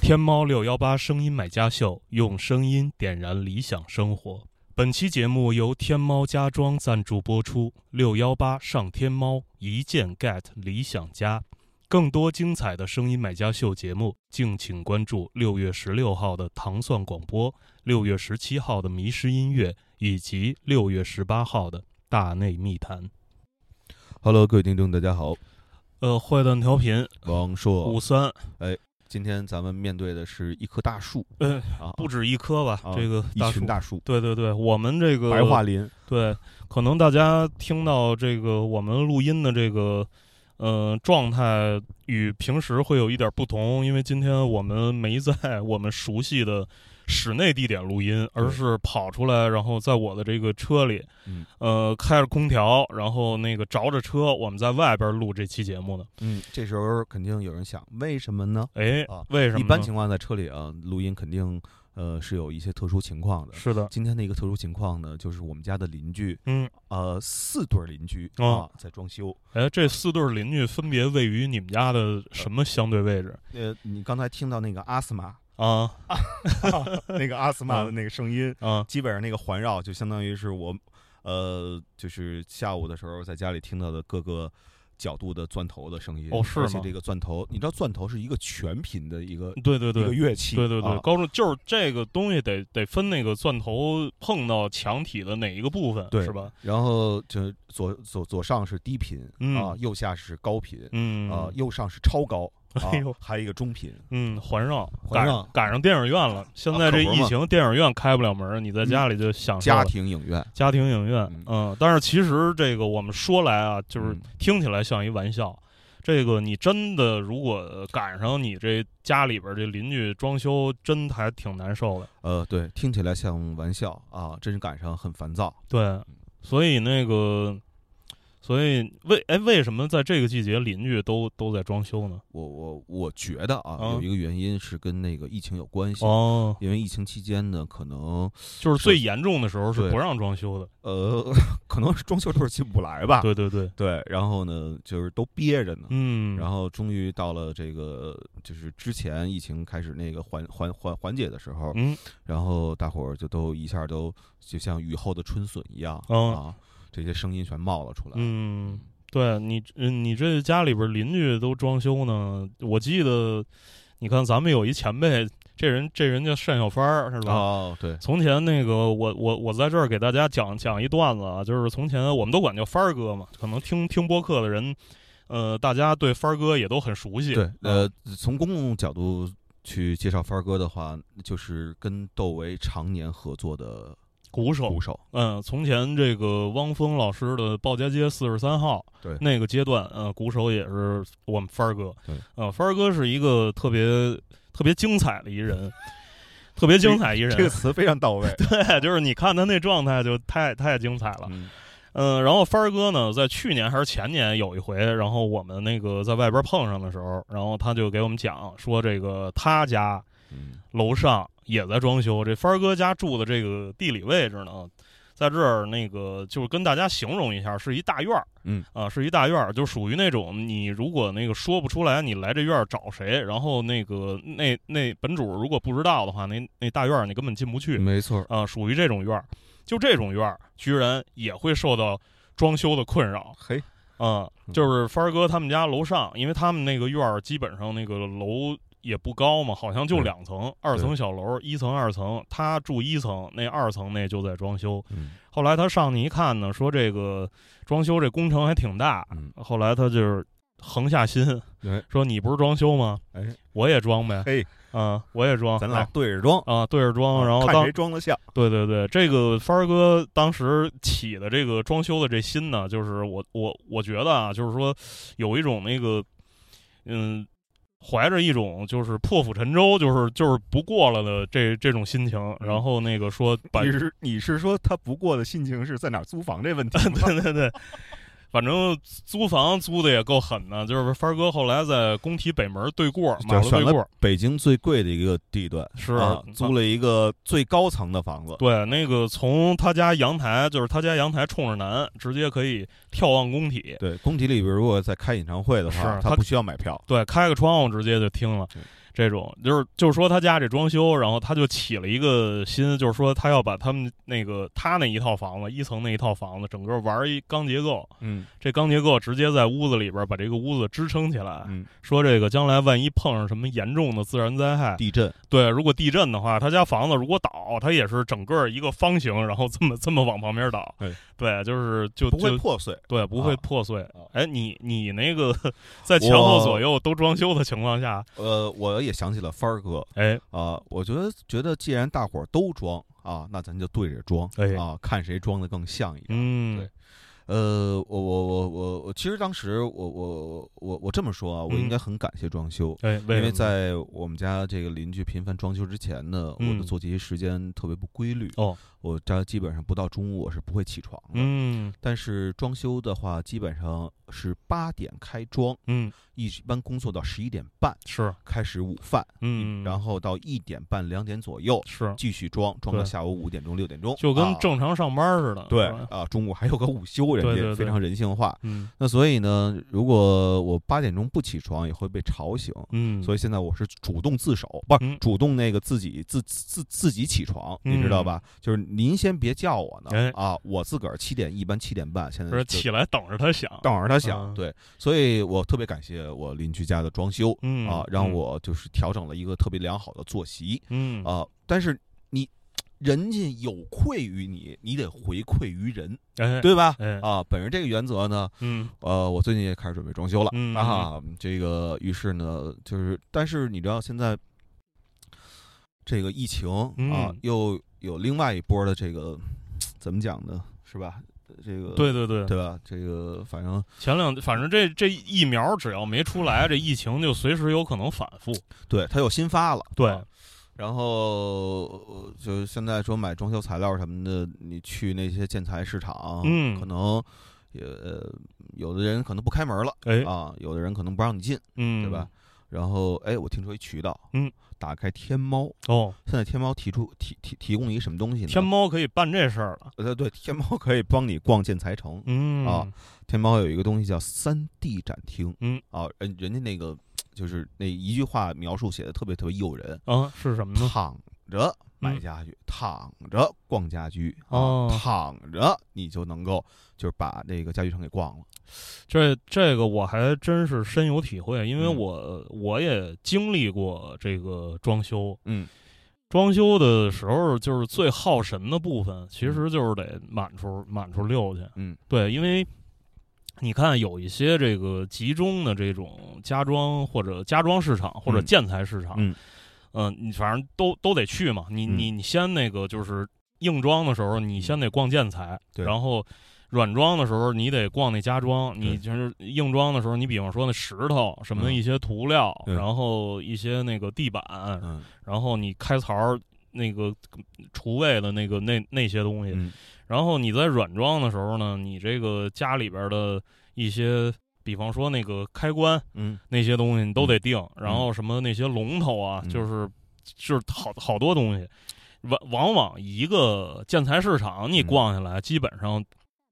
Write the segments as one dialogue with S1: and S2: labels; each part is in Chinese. S1: 天猫六幺八声音买家秀，用声音点燃理想生活。本期节目由天猫家装赞助播出。六幺八上天猫，一键 get 理想家。更多精彩的声音买家秀节目，敬请关注六月十六号的糖蒜广播，六月十七号的迷失音乐，以及六月十八号的大内密谈。
S2: Hello，各位听众，大家好，
S1: 呃，坏蛋调频
S2: 王硕
S1: 五。三，
S2: 今天咱们面对的是一棵大树
S1: 呃，
S2: 啊，
S1: 不止一棵吧？
S2: 啊
S1: 这个
S2: 一
S1: 大
S2: 群
S1: 树，
S2: 大树，
S1: 对对对，我们这个
S2: 白桦林。
S1: 对，可能大家听到这个我们录音的这个呃状态与平时会有一点不同，因为今天我们没在我们熟悉的室内地点录音，而
S2: 对
S1: 是跑出来，然后在我的这个车里，
S2: 嗯
S1: 呃，开着空调，然后那个着着车，我们在外边录这期节目呢。
S2: 嗯，这时候肯定有人想，为什么呢？
S1: 哎，
S2: 啊
S1: 为什么呢？
S2: 一般情况在车里啊，录音肯定呃是有一些特殊情况的。
S1: 是的，
S2: 今天的一个特殊情况呢，就是我们家的邻居，
S1: 嗯，
S2: 呃，四对儿邻居
S1: 哦
S2: 啊在装修。
S1: 哎，这四对邻居分别位于你们家的什么相对位置
S2: 呃，你刚才听到那个阿斯玛，
S1: 啊？
S2: 那个阿斯玛的那个声音，
S1: 啊，
S2: 基本上那个环绕就相当于是我，呃，就是下午的时候在家里听到的各个角度的钻头的声音。
S1: 哦是
S2: 而且
S1: 吗
S2: 这个钻头，你知道钻头是一个全频的一个
S1: 对对对
S2: 一个，乐器，
S1: 对对对，
S2: 啊
S1: 高中就是这个东西得得分那个钻头碰到墙体的哪一个部分，
S2: 对
S1: 是吧？
S2: 然后就左左左上是低频
S1: 嗯
S2: 啊，右下是高频
S1: 嗯
S2: 啊，右上是超高啊
S1: 哎呦，
S2: 还有一个中频。
S1: 嗯，环绕，
S2: 环绕
S1: 赶赶上电影院了。现在
S2: 啊可
S1: 这
S2: 不嘛嗯
S1: 疫情，电影院开不了门儿，你在家里就享受了
S2: 家庭影院
S1: 家庭影院
S2: 嗯。
S1: 嗯，但是其实这个我们说来啊，就是
S2: 嗯
S1: 听起来像一玩笑。这个你真的如果赶上你这家里边儿这邻居装修，真还挺难受的。
S2: 呃，对，听起来像玩笑啊，真是赶上很烦躁。
S1: 对，所以那个，所以为哎，为什么在这个季节邻居都都在装修呢？
S2: 我我我觉得啊，
S1: 啊
S2: 有一个原因是跟那个疫情有关系。
S1: 哦，
S2: 因为疫情期间呢，可能
S1: 就是最严重的时候是
S2: 对
S1: 不让装修的。
S2: 呃， 可能是装修队儿进不来吧。
S1: 对对对，
S2: 对然后呢，就是都憋着呢。
S1: 嗯，
S2: 然后终于到了这个，就是之前疫情开始那个缓缓缓缓解的时候，
S1: 嗯，
S2: 然后大伙儿就都一下都就像雨后的春笋一样、
S1: 嗯
S2: 啊，这些声音全冒了出来。
S1: 嗯，对你，嗯，你这家里边邻居都装修呢。我记得，你看咱们有一前辈，这人这人叫单小帆儿，是吧？
S2: 哦，对，
S1: 从前那个，我我我在这儿给大家讲讲一段子啊，就是从前我们都管叫帆儿哥嘛，可能听听播客的人，呃，大家对帆儿哥也都很熟悉。
S2: 对，
S1: 嗯
S2: 呃，从公共角度去介绍帆儿哥的话，就是跟窦唯常年合作的
S1: 鼓手
S2: 鼓，手，
S1: 嗯，从前这个汪峰老师的《鲍家街四十三号》
S2: 对
S1: 那个阶段，呃，鼓手也是我们帆儿哥，
S2: 对，
S1: 呃，帆儿哥是一个特别特别精彩的一 人，特别精彩一人，
S2: 这个词非常到 位。
S1: 对， 就是你看他那状态就太太精彩了。
S2: 嗯
S1: 嗯，然后帆儿哥呢，在去年还是前年有一回，然后我们那个在外边碰上的时候，然后他就给我们讲说，这个他家
S2: 嗯
S1: 楼上也在装修，这帆儿哥家住的这个地理位置呢，在这儿那个就是跟大家形容一下，是一大院儿，
S2: 嗯
S1: 啊，是一大院儿，就属于那种你如果那个说不出来你来这院儿找谁，然后那个那那本主如果不知道的话，那那大院儿你根本进不去，
S2: 没错儿，
S1: 啊，属于这种院儿，就这种院儿，居然也会受到装修的困扰
S2: 嘿，嗯
S1: 啊、就是帆儿哥他们家楼上，因为他们那个院儿基本上那个楼也不高嘛，好像就
S2: 对
S1: 两层，二
S2: 对
S1: 层小楼，一层二层，他住一层，那二层那就在装修。
S2: 嗯
S1: 后来他上去一看呢，说这个装修这工程还挺大，
S2: 嗯，
S1: 后来他就是横下心
S2: 哎
S1: 说：“你不是装修吗？
S2: 哎
S1: 我也装呗，
S2: 嘿，
S1: 啊，我也装，
S2: 咱俩对着装，
S1: 啊，对着装，然后
S2: 看
S1: 当
S2: 谁装得像。
S1: 对对对，这个帆儿哥当时起的这个装修的这心呢，就是我我我觉得啊，就是说有一种那个，嗯，怀着一种就是破釜沉舟，就是就是不过了的这这种心情，然后那个说把
S2: 你是你是说他不过的心情是在哪儿租房这 问题吗？
S1: 对对对，反正租房租的也够狠的，就是帆儿哥后来在工体北门对过马路
S2: 选
S1: 对
S2: 了
S1: 过
S2: 北京最贵的一个地段，
S1: 是
S2: 啊，租了一个最高层的房子。
S1: 对，那个从他家阳台，就是他家阳台冲着南，直接可以眺望工体。
S2: 对，工体里边如果在开演唱会的话，
S1: 是
S2: 啊他
S1: 他
S2: 不需要买票。
S1: 对，开个窗户直接就听了
S2: 对。
S1: 这种就是就是说他家这装修，然后他就起了一个心，就是说他要把他们那个他那一套房子一层那一套房子整个玩一钢结构，
S2: 嗯
S1: 这钢结构直接在屋子里边把这个屋子支撑起来。
S2: 嗯，
S1: 说这个将来万一碰上什么严重的自然灾害，
S2: 地震，
S1: 对，如果地震的话，他家房子如果倒，它也是整个一个方形，然后这么这么往旁边倒。
S2: 对，
S1: 就是就
S2: 不会
S1: 就
S2: 破碎。
S1: 对，不会
S2: 啊
S1: 破碎
S2: 啊。
S1: 哎，你你那个 在前后左右都装修的情况下，
S2: 呃，我也想起了帆儿哥
S1: 哎，
S2: 啊、我觉得觉得既然大伙儿都装啊，那咱就对着装
S1: 哎
S2: 啊，看谁装的更像一点。
S1: 嗯
S2: 对，呃，我我我我我，其实当时我我我我这么说啊，我应该很感谢装修，
S1: 哎，
S2: 因为
S1: 嗯什么
S2: 在我们家这个邻居频繁装修之前呢，我
S1: 嗯
S2: 的作息时间特别不规律，
S1: 哦，
S2: 我家基本上不到中午我是不会起床的。
S1: 嗯
S2: 但是装修的话，基本上是八点开装，
S1: 嗯
S2: 一直一般工作到十一点半
S1: 是，
S2: 开始午饭，
S1: 嗯，
S2: 然后到一点半两点左右
S1: 是
S2: 继续装，装到
S1: 对
S2: 下午五点钟六点钟，
S1: 就跟
S2: 啊
S1: 正常上班似的，
S2: 对
S1: 是吧
S2: 啊，中午还有个午休，人
S1: 对对
S2: 家非
S1: 对
S2: 常人性化。
S1: 嗯
S2: 那所以呢，如果我八点钟不起床，也会被吵醒。
S1: 嗯，
S2: 所以现在我是主动自首，不是
S1: 嗯
S2: 主动那个自己自自自己起床，你知道吧？就是您先别叫我
S1: 嗯哎
S2: 呢啊，我自个儿七点一般七点半，现在
S1: 说
S2: 就
S1: 起来等着他响，
S2: 等着他
S1: 啊
S2: 响。对，所以我特别感谢我邻居家的装修
S1: 嗯
S2: 啊，让我就是调整了一个特别良好的作息
S1: 嗯嗯
S2: 啊。但是你人家有愧于你，你得回馈于人，
S1: 哎
S2: 对吧？
S1: 哎
S2: 啊，本着这个原则呢，
S1: 嗯
S2: 呃，我最近也开始准备装修了、
S1: 嗯
S2: 啊。这个，于是呢，就是，但是你知道现在这个疫情啊，
S1: 嗯
S2: 又有另外一波的这个怎么讲呢？是吧？这个
S1: 嗯对对对
S2: 对吧？这个反正
S1: 前两，反正这这疫苗只要没出来，这疫情就随时有可能反复。
S2: 对它又新发了，
S1: 对
S2: 啊然后呃就是现在说买装修材料什么的，你去那些建材市场，
S1: 嗯
S2: 可能也呃有的人可能不开门了
S1: 哎，
S2: 啊，有的人可能不让你进。
S1: 嗯，
S2: 对吧？？然后，哎，我听说一渠道，
S1: 嗯，
S2: 打开天猫，
S1: 哦，
S2: 现在天猫提出提提提供一什么东西呢？
S1: 天，猫可以办这事儿了。
S2: 呃，对，天猫可以帮你逛建材城。
S1: 嗯
S2: 啊，天猫有一个东西叫三 D 展厅，
S1: 嗯，
S2: 啊，人人家那个就是那一句话描述写的特别特别诱人，
S1: 啊，是什么呢？
S2: 躺着买
S1: 嗯
S2: 家具，躺着逛家居，啊
S1: 哦
S2: 躺着你就能够就是把那个家具城给逛了。
S1: 这这个我还真是深有体会，因为
S2: 嗯
S1: 我我也经历过这个装修。
S2: 嗯
S1: 装修的时候，就是最耗神的部分，其实就是得满处满处溜去。
S2: 嗯，
S1: 对，因为你看有一些这个集中的这种家装或者家装市场或者
S2: 嗯
S1: 建材市场，
S2: 嗯
S1: 呃你反正都都得去嘛。你
S2: 嗯
S1: 你你先那个就是硬装的时候，你先得逛建材，
S2: 对
S1: 然后。软装的时候，你得逛那家装；你
S2: 对
S1: 就是硬装的时候，你比方说那石头什么
S2: 嗯
S1: 一些涂料，
S2: 对
S1: 然后一些那个地板，
S2: 嗯
S1: 然后你开槽儿那个厨卫的那个那那些东西，
S2: 嗯
S1: 然后你在软装的时候呢，你这个家里边的一些，比方说那个开关
S2: 嗯
S1: 那些东西，你都得定。然后什么那些龙头啊，
S2: 嗯
S1: 就是就是好好多东西，往往往一个建材市场你
S2: 嗯
S1: 逛下来，基本上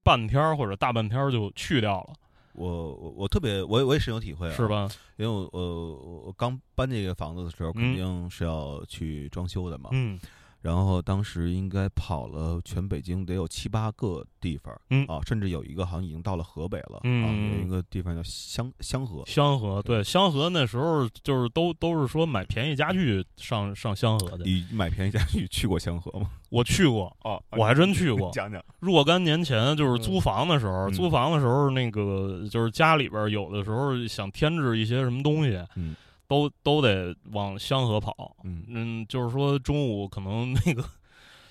S1: 半天儿或者大半天儿就去掉了，
S2: 我我我特别我也我也深有体会、啊，
S1: 是吧？
S2: 因为我我我我刚搬这个房子的时候，肯定是要去装修的嘛。
S1: 嗯
S2: 然后当时应该跑了全北京得有七八个地方，
S1: 嗯
S2: 啊，甚至有一个好像已经到了河北了，
S1: 嗯
S2: 啊，有一个地方叫香香河，
S1: 香河
S2: 嗯
S1: 对香河那时候就是都都是说买便宜家具上上香河去，
S2: 你买便宜家具去过香河吗？
S1: 我去过，
S2: 哦
S1: 我还真去过
S2: 。讲讲，
S1: 若干年前，就是租房的时候，
S2: 嗯
S1: 租房的时候，那个就是家里边有的时候想添置一些什么东西，
S2: 嗯
S1: 都都得往香河跑。
S2: 嗯
S1: 嗯，就是说中午可能那个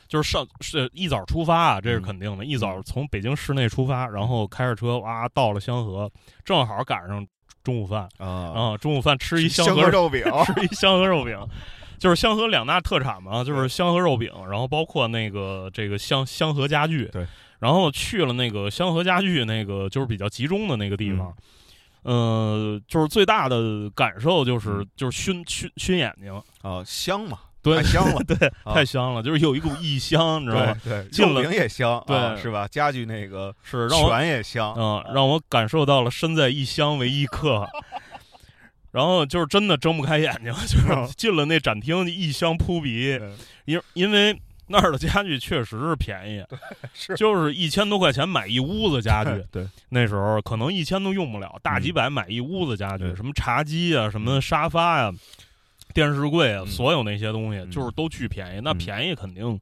S1: 就是上是一早出发啊，
S2: 嗯
S1: 这是肯定的。一早从北京市内出发，然后开着车哇到了香河，正好赶上中午饭
S2: 啊，
S1: 啊，中午饭吃一香
S2: 香
S1: 河
S2: 肉饼，
S1: 吃一香河肉饼，就是香河两大特产嘛，就是香河肉饼，然后包括那个这个香香河家具。
S2: 对，
S1: 然后去了那个香河家具那个就是比较集中的那个地方。呃，就是最大的感受就是
S2: 嗯
S1: 就是熏熏熏眼睛，
S2: 啊，香嘛，
S1: 对
S2: 太香了，对啊
S1: 太香了，就是有一股异香，你知道吗？
S2: 对，
S1: 进
S2: 肉
S1: 了
S2: 饼也香，啊
S1: 对
S2: 是吧？家具那个
S1: 是让我
S2: 全也香，
S1: 嗯、让我感受到了身在异乡为异客。 然后就是真的睁不开眼睛， 就是进了那展厅异香扑鼻，
S2: 嗯对
S1: 因因为那儿的家具确实是便 宜，
S2: 是
S1: 就是一千多块钱买一屋子家具，
S2: 对，嗯
S1: 那时候可能一千都用不了，大几百买一屋子家具，
S2: 对
S1: 什么茶几啊，什么沙发呀、电视柜啊，
S2: 嗯
S1: 所有那些东西、
S2: 嗯
S1: 就是都巨便宜。那
S2: 嗯
S1: 便宜肯定，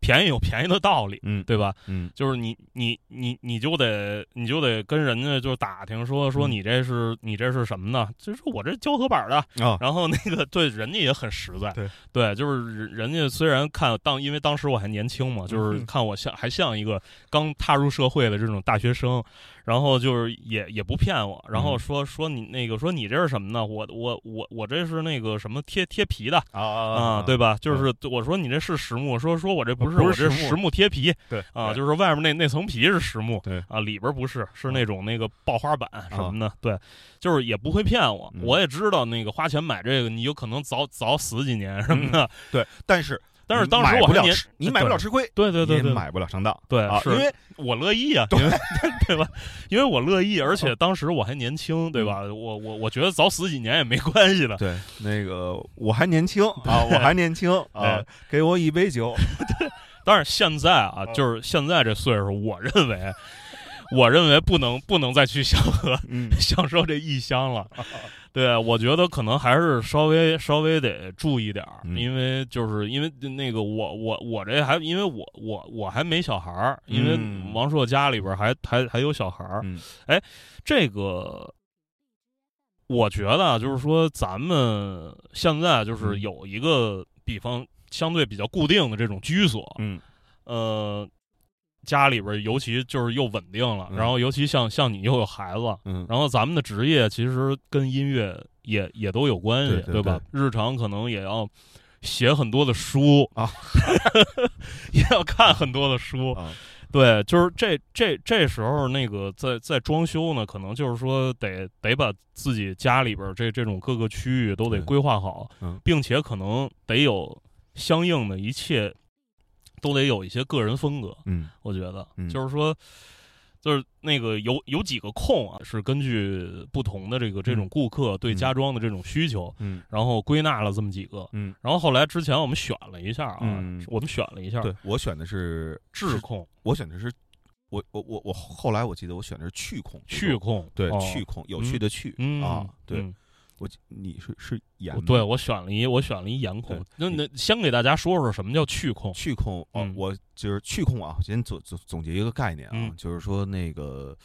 S1: 便宜有便宜的道理，
S2: 嗯
S1: 对吧？
S2: 嗯
S1: 就是你你你你就得你就得跟人家就打听说说
S2: 嗯
S1: 你这是、你这是什么呢？就是我这胶合板的，
S2: 啊，
S1: 然后那个对人家也很实在，
S2: 对
S1: 就是人人家虽然看当因为当时我还年轻嘛，就是
S2: 嗯
S1: 看我像还像一个刚踏入社会的这种大学生，然后就是也也不骗我，然后
S2: 嗯
S1: 说说你那个说你这是什么呢？我我我我这是那个什么贴贴皮的。
S2: 啊啊
S1: 啊、对吧？就是我说你这是实木，说说我这不是，
S2: 不
S1: 我
S2: 是
S1: 这
S2: 实木
S1: 实木贴皮
S2: 对
S1: 啊，
S2: 对
S1: 就是外面那那层皮是实木，
S2: 对
S1: 啊，里边不是，是那种那个刨花板什
S2: 啊
S1: 么的，对，就是也不会骗我，
S2: 嗯
S1: 我也知道那个花钱买这个，你有可能早早死几年什么的，
S2: 对，但是
S1: 但是
S2: 嗯你
S1: 当时
S2: 买
S1: 我
S2: 不
S1: 还
S2: 了
S1: 年
S2: 吃，你买不了吃亏，
S1: 对对对
S2: 你也
S1: 对，
S2: 买不了上当
S1: 对
S2: 啊，
S1: 是
S2: 因为
S1: 我乐意啊，因为 对吧？因为我乐
S2: 啊
S1: 意，而且当时我还年轻，对吧？我我我觉得早死几年也没关系的，
S2: 嗯对那个我还 年轻啊，我还年轻啊
S1: 对，
S2: 给我一杯 酒，
S1: 但是现在啊，
S2: 嗯
S1: 就是现在这岁数，我认为，我认为不能不能再去享和
S2: 嗯
S1: 享受这异乡了。对，我觉得可能还是稍微稍微得注意点儿，
S2: 嗯
S1: 因为就是因为那个我我我这还因为我我我还没小孩儿，因为
S2: 嗯
S1: 王硕家里边儿还还还有小孩儿，哎
S2: 嗯
S1: 这个。我觉得啊，就是说，咱们现在就是
S2: 嗯
S1: 有一个，比方相对比较固定的这种居所，
S2: 嗯
S1: 呃，家里边儿尤其就是又稳定了，
S2: 嗯
S1: 然后尤其像像你又有孩子，
S2: 嗯，
S1: 然后咱们的职业其实跟音乐也也都有关系，
S2: 对对
S1: 吧？日常可能也要写很多的书
S2: 啊，
S1: 也要看很多的书，
S2: 啊
S1: 对，就是这这这时候那个在在装修呢，可能就是说得得把自己家里边儿这这种各个区域都得
S2: 对
S1: 规划好，
S2: 嗯
S1: 并且可能得有相应的一切，都得有一些个人风格。
S2: 嗯
S1: 我觉得，
S2: 嗯
S1: 就是说，就是那个有有几个空啊，是根据不同的这个这种顾客对
S2: 嗯
S1: 家装的这种需求，
S2: 嗯
S1: 然后归纳了这么几个。
S2: 嗯，
S1: 然后后来之前我们选了一下啊，
S2: 嗯
S1: 我们选了一下
S2: 对我选的是
S1: 质控、
S2: 我选的是，我我我我后来我记得我选的是去控，
S1: 去控，
S2: 对
S1: 哦
S2: 去控有趣的去
S1: 嗯
S2: 啊，对
S1: 嗯
S2: 我记你是是演
S1: 我对我选了一我选了一颜控
S2: 对。
S1: 那
S2: 你
S1: 那先给大家说说什么叫去控，
S2: 去控哦
S1: 嗯，
S2: 我就是去控啊，我先总总总结一个概念啊
S1: 嗯，
S2: 就是说那个。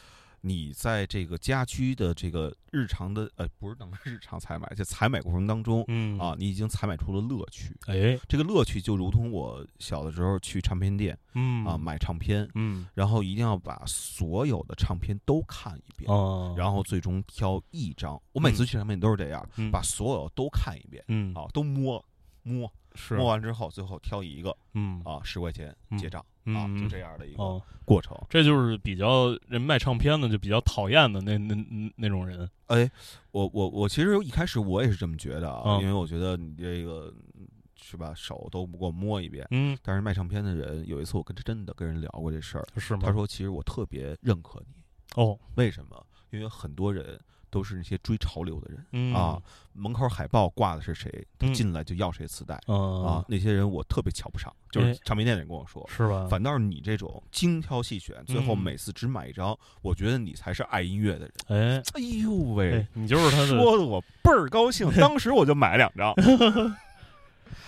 S2: 你在这个家居的这个日常的呃，不是当日常采买，就采买过程当中
S1: 嗯，
S2: 啊，你已经采买出了乐趣。
S1: 哎，
S2: 这个乐趣就如同我小的时候去唱片店
S1: 嗯
S2: 啊买唱片，
S1: 嗯
S2: 然后一定要把所有的唱片都看一遍，
S1: 哦，
S2: 然后最终挑一张。我每次去唱片都是这样，
S1: 嗯
S2: 把所有都看一遍，
S1: 嗯
S2: 啊，都摸摸
S1: 是
S2: 摸完之后，最后挑一个
S1: 嗯
S2: 啊，十块钱
S1: 嗯
S2: 结账啊，
S1: 嗯
S2: 就这样的一个
S1: 哦。
S2: 过程。
S1: 这就是比较人卖唱片的就比较讨厌的那那那那种人，
S2: 哎，我我我其实一开始我也是这么觉得啊，
S1: 嗯
S2: 因为我觉得你这个嗯是吧，手都不给我摸一遍。
S1: 嗯，
S2: 但是卖唱片的人有一次我跟真的跟人聊过这事儿，
S1: 是吗？
S2: 他说其实我特别认可你，
S1: 哦，
S2: 为什么？因为很多人都是那些追潮流的人。
S1: 嗯
S2: 啊，门口海报挂的是谁，他
S1: 嗯
S2: 进来就要谁磁带、
S1: 嗯
S2: 啊。那些人我特别瞧不上，就是
S1: 哎
S2: 唱片店的人跟我说，
S1: 是吧？
S2: 反倒是你这种精挑细选，最后
S1: 嗯
S2: 每次只买一张，我觉得你才是爱音乐的人。
S1: 哎，
S2: 哎呦喂！
S1: 哎你就是他的，
S2: 说的我倍儿高 兴，当时我就买两张，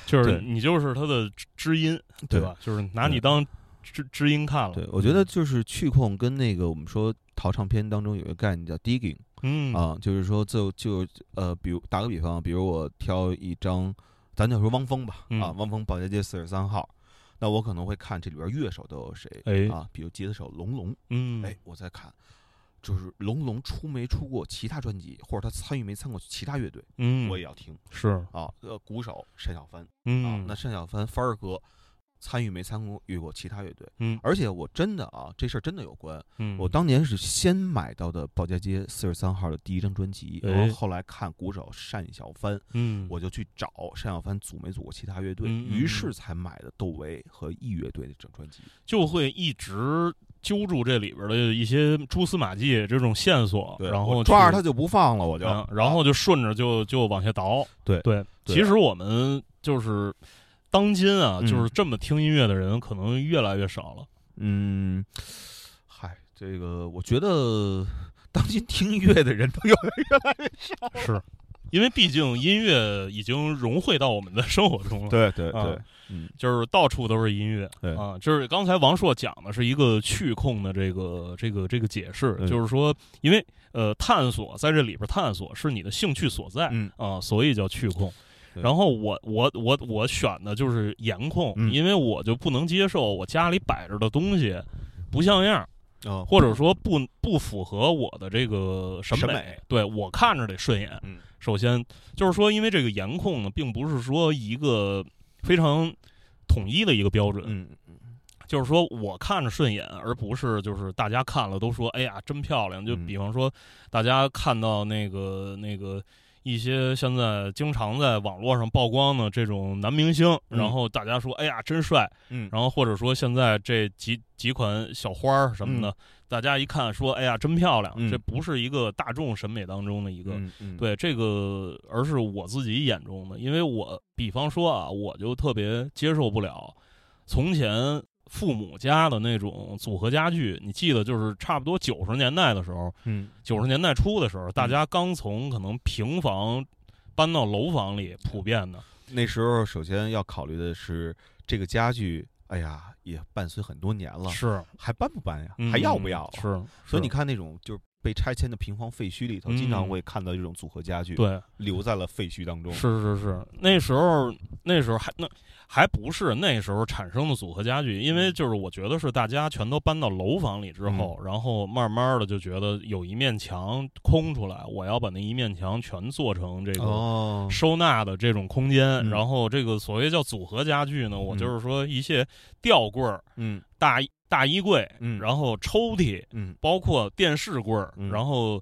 S1: 就是
S2: 对
S1: 你就是他的知知音，对吧？嗯就是拿你
S2: 对
S1: 当知知音看了。
S2: 对，我觉得就是去控跟那个我们说淘唱片当中有一个概念叫 digging
S1: 嗯
S2: 啊，就是说就就呃，比如打个比方，比如我挑一张，咱就说汪峰吧，
S1: 嗯
S2: 啊，汪峰保家街四十三号，那我可能会看这里边乐手都有谁、
S1: 哎
S2: 啊，比如吉他手龙龙，
S1: 嗯
S2: 哎，我在看。就是龙龙出没出过其他专辑，或者他参与没参过其他乐队，
S1: 嗯
S2: 我也要听
S1: 是
S2: 啊。呃，鼓手单小帆，啊
S1: 嗯，
S2: 那单小帆帆儿哥参与没参与过其他乐队？
S1: 嗯
S2: 而且我真的啊，这事儿真的有关。
S1: 嗯
S2: 我当年是先买到的保家街四十三号的第一张专辑，
S1: 哎
S2: 然后后来看鼓手单小帆，
S1: 嗯
S2: 我就去找单小帆组没组过其他乐队，
S1: 嗯嗯
S2: 于是才买的窦唯和 E 乐队的整专辑。
S1: 就会一直揪住这里边的一些蛛丝马迹这种线索，
S2: 对，
S1: 然
S2: 啊我
S1: 后
S2: 抓着他
S1: 去，
S2: 就不放了，我就
S1: 嗯，然后就顺着就就往下倒。
S2: 对
S1: 对，
S2: 对
S1: 其实我们就是当今啊，
S2: 嗯
S1: 就是这么听音乐的人可能越来越少了。
S2: 嗯，嗨，这个我觉得当今听音乐的人都有，
S1: 是，因为毕竟音乐已经融汇到我们的生活中了，
S2: 对对
S1: 啊
S2: 对，嗯，
S1: 就是到处都是音乐，
S2: 对
S1: 啊，就是刚才王朔讲的是一个去控的这个这个这个解释，
S2: 嗯
S1: 就是说，因为呃，探索在这里边探索是你的兴趣所在，
S2: 嗯
S1: 啊，所以叫去控。
S2: 对
S1: 然后我我我我选的就是颜控，
S2: 嗯
S1: 因为我就不能接受我家里摆着的东西不像样，
S2: 啊，
S1: 或者说不不符合我的这个审美，
S2: 审美
S1: 对我看着得顺眼。
S2: 嗯
S1: 首先就是说，因为这个颜控呢，并不是说一个非常统一的一个标准，
S2: 嗯
S1: 就是说我看着顺眼，而不是就是大家看了都说哎呀真漂亮。就
S2: 嗯
S1: 比方说，大家看到那个那个。一些现在经常在网络上曝光的这种男明星，
S2: 嗯
S1: 然后大家说：“哎呀，真帅！”
S2: 嗯，
S1: 然后或者说现在这几几款小花儿什么的，大家一看说，哎呀，真漂亮！
S2: 嗯
S1: 这不是一个大众审美当中的一个，
S2: 嗯嗯，
S1: 对这个，而是我自己眼中的。因为我比方说啊，我就特别接受不了从前父母家的那种组合家具。你记得，就是差不多九十年代的时候，
S2: 嗯
S1: 九十年代初的时候，大家刚从可能平房搬到楼房里，普遍的。
S2: 那时候首先要考虑的是这个家具，哎呀，也伴随很多年了，
S1: 是，
S2: 还搬不搬呀？
S1: 嗯
S2: 还要不要？啊
S1: 是，，是
S2: 所以你看那种就是被拆迁的平房废墟里头，经常
S1: 嗯
S2: 会看到这种组合家具，，
S1: 对。
S2: 留在了废墟当中。
S1: 是是是，那时候那时候还那还不是那时候产生的组合家具，因
S2: 嗯
S1: 为就是我觉得是大家全都搬到楼房里之后，然后慢慢的就觉得有一面墙空出来，我要把那一面墙全做成这个
S2: 哦
S1: 收纳的这种空间，
S2: 嗯
S1: 然后这个所谓叫组合家具呢，我就是说一些吊柜儿、
S2: 嗯
S1: 大大衣柜，
S2: 嗯
S1: 然后抽屉，
S2: 嗯
S1: 包括电视柜儿，
S2: 嗯
S1: 然后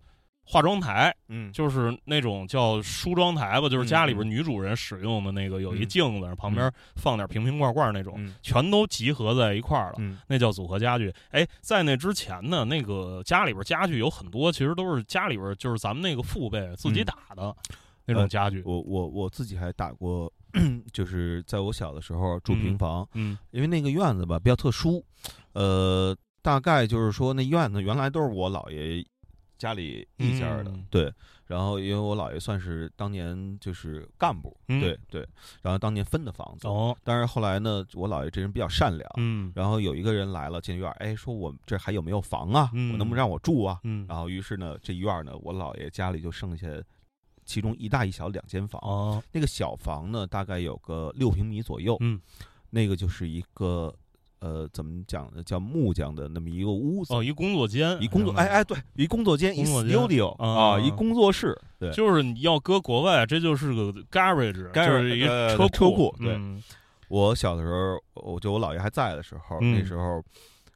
S1: 化妆台，
S2: 嗯，
S1: 就是那种叫梳妆台吧，就是家里边女主人使用的那个，有一镜子，旁边放点瓶瓶罐罐那种，
S2: 嗯
S1: 全都集合在一块儿了。
S2: 嗯
S1: 那叫组合家具。哎，在那之前呢，那个家里边家具有很多，其实都是家里边就是咱们那个父辈自己打的那种家具。
S2: 嗯呃我我我自己还打过，就是在我小的时候住
S1: 嗯
S2: 平房，
S1: 嗯
S2: 因为那个院子吧比较特殊，呃，大概就是说那院子原来都是我姥爷家里一家的，
S1: 嗯
S2: 对。然后因为我姥爷算是当年就是干部，
S1: 嗯
S2: 对对。然后当年分的房子，
S1: 哦，
S2: 但是后来呢，我姥爷这人比较善良，
S1: 嗯
S2: 然后有一个人来了进院儿，哎，说我这还有没有房啊？
S1: 嗯
S2: 我能不能让我住啊？
S1: 嗯
S2: 然后于是呢，这院儿呢，我姥爷家里就剩下其中一大一小两间房。
S1: 哦
S2: 那个小房呢，大概有个六平米左右，
S1: 嗯，
S2: 那个就是一个呃，怎么讲呢，叫木匠的那么一个屋子，
S1: 哦，一工作间，
S2: 一工作，
S1: 明白
S2: 哎哎，对，一工作间，一
S1: 工作间
S2: studio
S1: 啊
S2: 啊，一工作室，对，
S1: 就是你要搁国外，这就是个 garage，就是一
S2: 呃
S1: 车
S2: 车库对
S1: 嗯
S2: 我小的时候，我就我姥爷还在的时候，
S1: 嗯
S2: 那时候，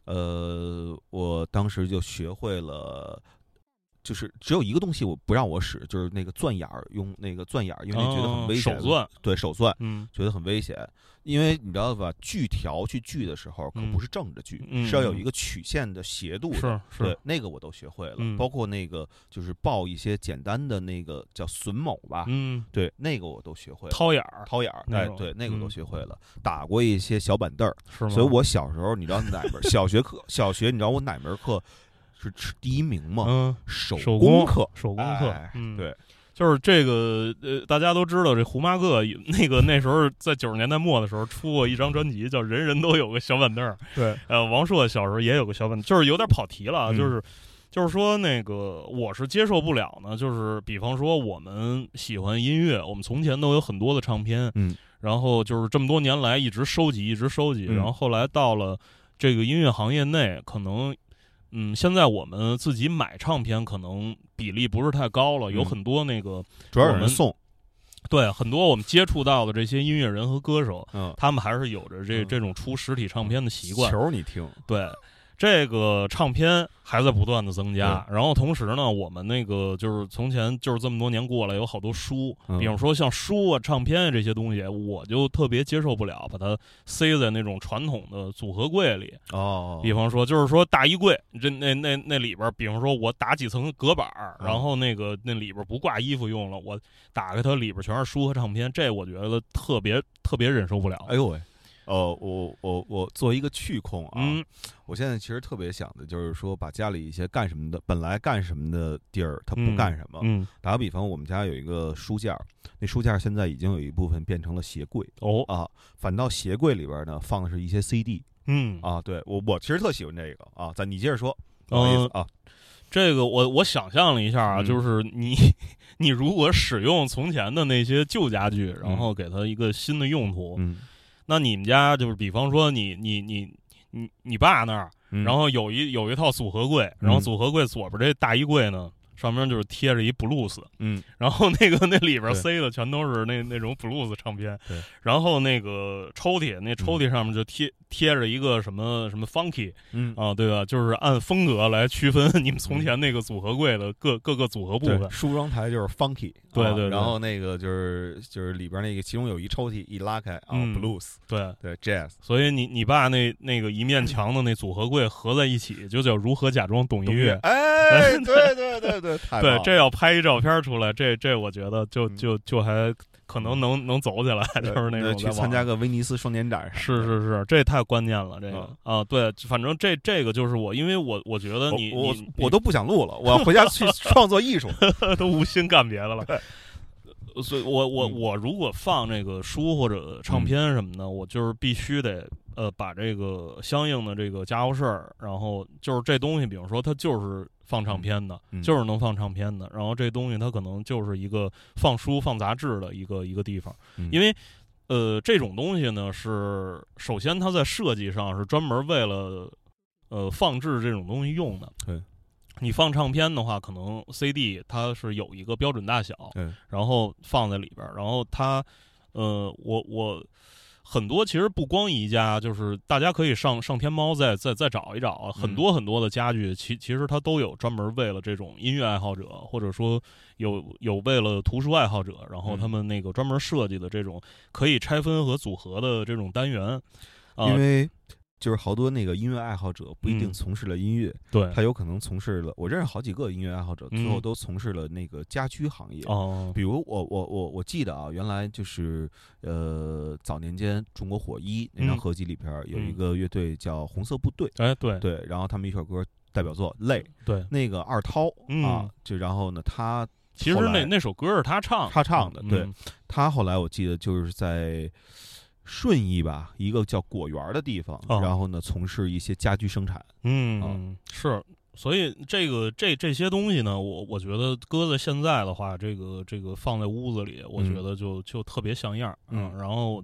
S2: 呃，我当时就学会了。就是只有一个东西我不让我使，就是那个钻眼儿，用那个钻眼儿，因为那觉得很
S1: 哦
S2: 危险。
S1: 手钻，
S2: 对手钻
S1: 嗯
S2: 觉得很危险，因为你知道吧，锯条去锯的时候可
S1: 嗯
S2: 不是正着锯，
S1: 嗯
S2: 是要有
S1: 嗯
S2: 一个曲线的斜度的。
S1: 是是
S2: 对，，那个我都学会了，
S1: 嗯
S2: 包括那个就是抱一些简单的那个叫榫卯吧，
S1: 嗯，
S2: 对，那个我都学会了。
S1: 掏眼儿
S2: 掏眼儿，
S1: 那
S2: 哎，
S1: 种
S2: 对，那个我都
S1: 嗯
S2: 学会了，打过一些小板凳儿，
S1: 是吗？嗯
S2: 所以我小时候，你知道哪门儿小学课？小学你知道我哪门儿课是吃第一名吗？
S1: 嗯，
S2: 手
S1: 手工
S2: 工课，
S1: 手工课
S2: 哎，
S1: 嗯，
S2: 对，
S1: 就是这个呃，大家都知道这胡麻哥那个那时候在九十年代末的时候出过一张专辑，叫《人人都有个小板凳儿》。
S2: 对，
S1: 呃，王朔小时候也有个小板，就是有点跑题了，啊，
S2: 嗯
S1: 就是。就是说，那个我是接受不了呢。就是比方说，我们喜欢音乐，我们从前都有很多的唱片，
S2: 嗯，
S1: 然后就是这么多年来一直收集，一直收集，
S2: 嗯
S1: 然后后来到了这个音乐行业内，可能，嗯，现在我们自己买唱片可能比例不是太高了，有
S2: 嗯
S1: 很多那个
S2: 主要有
S1: 我
S2: 人
S1: 们
S2: 送，
S1: 对很多我们接触到的这些音乐人和歌手，
S2: 嗯，
S1: 他们还是有着这
S2: 嗯
S1: 这种出实体唱片的习惯
S2: 球。儿你听，
S1: 对，这个唱片还在不断的增加，然后同时呢，我们那个就是从前就是这么多年过来，有好多书，
S2: 嗯
S1: 比方说像书啊、唱片啊这些东西，我就特别接受不了，把它塞在那种传统的组合柜里。
S2: 哦
S1: 比方说，就是说大衣柜，这那那那里边儿，比方说我打几层隔板儿，
S2: 嗯
S1: 然后那个那里边儿不挂衣服用了，我打开它里边儿全是书和唱片，这我觉得特别特别忍受不了。
S2: 哎呦喂，呃，我我我作为一个去控啊，
S1: 嗯
S2: 我现在其实特别想的就是说，把家里一些干什么的，本来干什么的地儿，它不
S1: 嗯
S2: 干什么。
S1: 嗯
S2: 打个比方，我们家有一个书架，那书架现在已经有一部分变成了鞋柜
S1: 哦
S2: 啊，反倒鞋柜里边呢放的是一些 CD
S1: 嗯
S2: 啊。对我我其实特喜欢这个啊，咱你接着说，不好意
S1: 嗯
S2: 思啊，
S1: 这个我我想象了一下啊，
S2: 嗯
S1: 就是你 你如果使用从前的那些旧家具，然后给它一个新的用途，
S2: 嗯，
S1: 那你们家就是比方说你你你你你爸那儿，
S2: 嗯
S1: 然后有一有一套组合柜，然后组合柜左边这大衣柜呢。上面就是贴着一 blues，
S2: 嗯
S1: 然后那个 那里边
S2: 对
S1: 塞的全都是那那种 blues 唱片
S2: 对，
S1: 然后那个抽屉那抽屉上面就贴贴着一个什么什么 funky，
S2: 嗯，
S1: 啊，对吧？就是按风格来区分你们从前那个组合柜的各各个组合部
S2: 对，
S1: 分。
S2: 梳妆台就是 funky，啊
S1: 对对对
S2: 然后那个就是就是里边那个，其中有一抽屉一拉开啊
S1: 嗯
S2: ，blues，
S1: 对，
S2: 对，jazz，
S1: 所以你你爸那那个一面墙的那组合柜合在一起，就叫如何假装懂音乐。
S2: 哎，对对对对，太棒
S1: 对，
S2: 了
S1: 这要拍一照片出来，这这我觉得就
S2: 嗯
S1: 就就还可能能能走起来，就是那
S2: 呃
S1: 种
S2: 去
S1: 在网
S2: 参加个威尼斯双年展啥的，
S1: 是是是，这太关键了，这个
S2: 嗯
S1: 啊，对，反正这这个就是我，因为我我觉得你
S2: 我我
S1: 你
S2: 我都不想录了，我要回家去创作艺术。
S1: 都无心干别的了。呃所以我我
S2: 嗯
S1: 我如果放这个书或者唱片什么的，我就是必须得呃把这个相应的这个家伙事儿，然后就是这东西，比如说它就是放唱片的，
S2: 嗯
S1: 就是能放唱片的，然后这东西它可能就是一个放书放杂志的一个一个地方，
S2: 嗯
S1: 因为。呃，这种东西呢，是首先它在设计上是专门为了呃放置这种东西用的。
S2: 对，
S1: 你放唱片的话，可能 CD 它是有一个标准大小，
S2: 嗯
S1: 然后放在里边儿，然后它，呃，我我很多其实不光宜家，就是大家可以上上天猫再再再找一找啊，
S2: 嗯
S1: 很多很多的家具，其其实它都有专门为了这种音乐爱好者，或者说有有为了图书爱好者，然后
S2: 嗯
S1: 他们那个专门设计的这种可以拆分和组合的这种单元。啊、
S2: 因为就是好多那个音乐爱好者不一定
S1: 嗯
S2: 从事了音乐，
S1: 对
S2: 他有可能从事了。我认识好几个音乐爱好者，
S1: 嗯
S2: 最后都从事了那个家居行业。
S1: 哦，
S2: 比如我我我我记得啊，原来就是呃早年间中国火一那张
S1: 嗯
S2: 合集里边儿有一
S1: 嗯
S2: 个乐队叫红色部队，
S1: 哎，对
S2: 对，然后他们一首歌代表作《泪》，
S1: 对，
S2: 那个二涛啊
S1: 嗯，
S2: 就然后呢他
S1: 其实
S2: 后
S1: 那
S2: 来
S1: 那首歌是他唱的，
S2: 他唱的，对
S1: 嗯，
S2: 他后来我记得就是在顺义吧，一个叫果园儿的地方，
S1: 哦
S2: 然后呢从事一些家居生产。
S1: 嗯，是，所以这个这这些东西呢，我我觉得搁在现在的话，这个这个放在屋子里，我
S2: 嗯
S1: 觉得就、就特别像样儿。啊
S2: 嗯
S1: 然后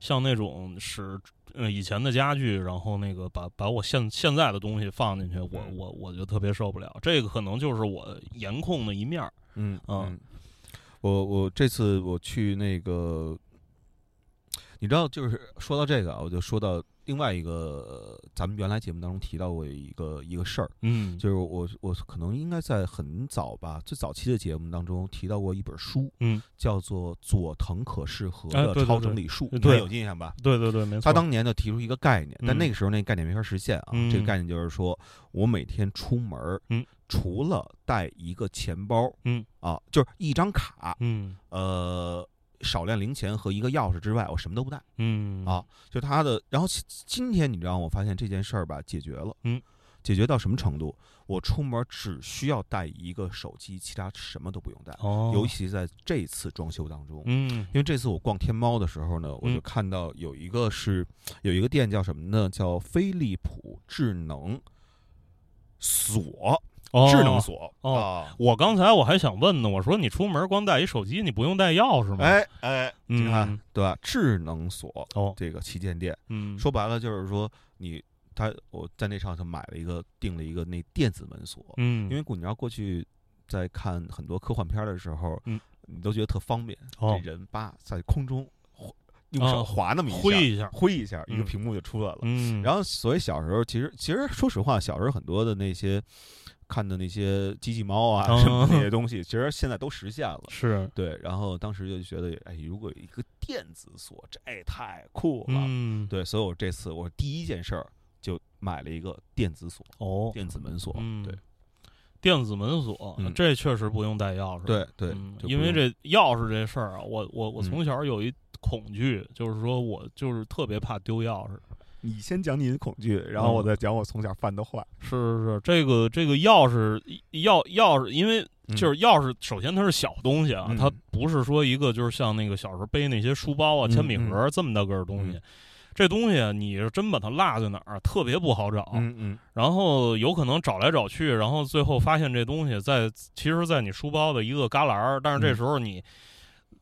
S1: 像那种使呃以前的家具，然后那个把把我现现在的东西放进去，我
S2: 嗯
S1: 我我就特别受不了。这个可能就是我颜控的一面儿。
S2: 嗯
S1: 哦
S2: 嗯，我我这次我去那个，你知道，就是说到这个啊，我就说到另外一个，呃咱们原来节目当中提到过一个一个事儿，
S1: 嗯
S2: 就是我我可能应该在很早吧，最早期的节目当中提到过一本书，
S1: 嗯，
S2: 叫做佐藤可士和
S1: 哎
S2: 的
S1: 对对
S2: 超
S1: 对
S2: 整理术，
S1: 对
S2: 你还有印象吧？
S1: 对对对，没错。
S2: 他当年就提出一个概念，但
S1: 嗯
S2: 那个时候那个概念没法实现啊。
S1: 嗯
S2: 这个概念就是说我每天出门儿，
S1: 嗯
S2: 除了带一个钱包，
S1: 嗯
S2: 啊，就是一张卡，
S1: 嗯
S2: 呃，少量零钱和一个钥匙之外，我什么都不带。
S1: 嗯
S2: 啊就他的，然后其今天你知道吗，我发现这件事儿吧，解决了，
S1: 嗯，
S2: 解决到什么程度？我出门只需要带一个手机，其他什么都不用带。
S1: 哦，
S2: 尤其在这次装修当中，
S1: 嗯
S2: 因为这次我逛天猫的时候呢，我就
S1: 嗯
S2: 看到有一个是有一个店叫什么呢？叫飞利浦智能锁，
S1: 哦
S2: 智能锁
S1: 哦
S2: 啊。
S1: 我刚才我还想问呢，我说你出门光带一手机，你不用带钥匙吗？
S2: 哎哎，你
S1: 嗯，
S2: 看对吧？智能锁
S1: 哦，
S2: 这个旗舰店，
S1: 嗯，
S2: 说白了就是说你他我在那上头买了一个订了一个那电子门锁，
S1: 嗯，
S2: 因为古你要过去在看很多科幻片儿的时候，
S1: 嗯
S2: 你都觉得特方便，
S1: 哦
S2: 这人吧在空中。用手
S1: 啊
S2: 划那么一下，
S1: 挥一下，
S2: 挥一下，一
S1: 嗯
S2: 个屏幕就出来了。
S1: 嗯，
S2: 然
S1: 后
S2: 后，所以小时候其实其实说实话，小时候很多的那些看的那些机器猫啊
S1: 嗯
S2: 什么那 些东西，其实现在都实现了。
S1: 是，
S2: 对，然后当时就觉得，哎，如果有一个电子锁，这太酷了。
S1: 嗯，，
S2: 对，所以我这次我第一件事儿就买了一个电子锁，
S1: 哦，
S2: 电子门锁。
S1: 嗯，
S2: 对，
S1: 电子门锁
S2: 嗯，
S1: 这确实不用带钥匙。
S2: 对对
S1: 嗯，
S2: 就不
S1: 因为
S2: 用
S1: 这钥匙这事儿啊，我我我
S2: 嗯
S1: 从小有一恐惧，就是说我就是特别怕丢钥匙。
S2: 你先讲你的恐惧，然
S1: 后我
S2: 再讲我从小犯的坏。
S1: 是是是，这个这个钥匙钥钥匙，因为
S2: 嗯
S1: 就是钥匙，首先它是小东西啊，
S2: 嗯
S1: 它不是说一个就是像那个小时候背那些书包啊、
S2: 嗯
S1: 铅笔盒这么大个儿的东西。这东西啊你是真把它落在哪儿，啊特别不好找。
S2: 嗯嗯
S1: 然后有可能找来找去，然后最后发现这东西在其实，在你书包的一个旮旯儿，但是这时候你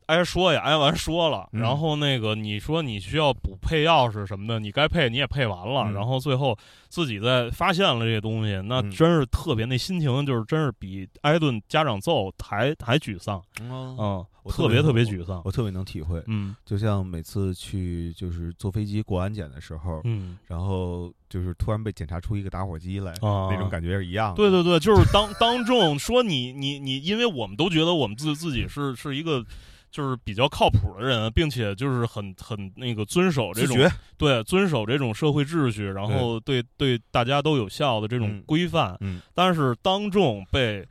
S1: 挨说也挨完说了，
S2: 嗯
S1: 然后那个你说你需要补配钥匙什么的，你该配你也配完了，
S2: 嗯
S1: 然后最后自己再发现了这东西，那
S2: 嗯
S1: 真是特别，那心情就是真是比挨顿家长揍还还沮丧，
S2: 嗯，
S1: 嗯，
S2: 我
S1: 特
S2: 特
S1: 别
S2: 别
S1: 特别沮丧，
S2: 我特别能体会，
S1: 嗯
S2: 就像每次去就是坐飞机过安检的时候，
S1: 嗯
S2: 然后就是突然被检查出一个打火机来，
S1: 啊，
S2: 那种感觉是一样的。
S1: 对对对，就是当当众说你你你，因为我们都觉得我们自自己是是一个就是比较靠谱的人，并且就是 很很那个遵守这
S2: 自
S1: 种
S2: 觉，
S1: 对遵守这种社会秩序，然后对对大家都有效的这种
S2: 嗯
S1: 规范。
S2: 嗯
S1: 但是当众被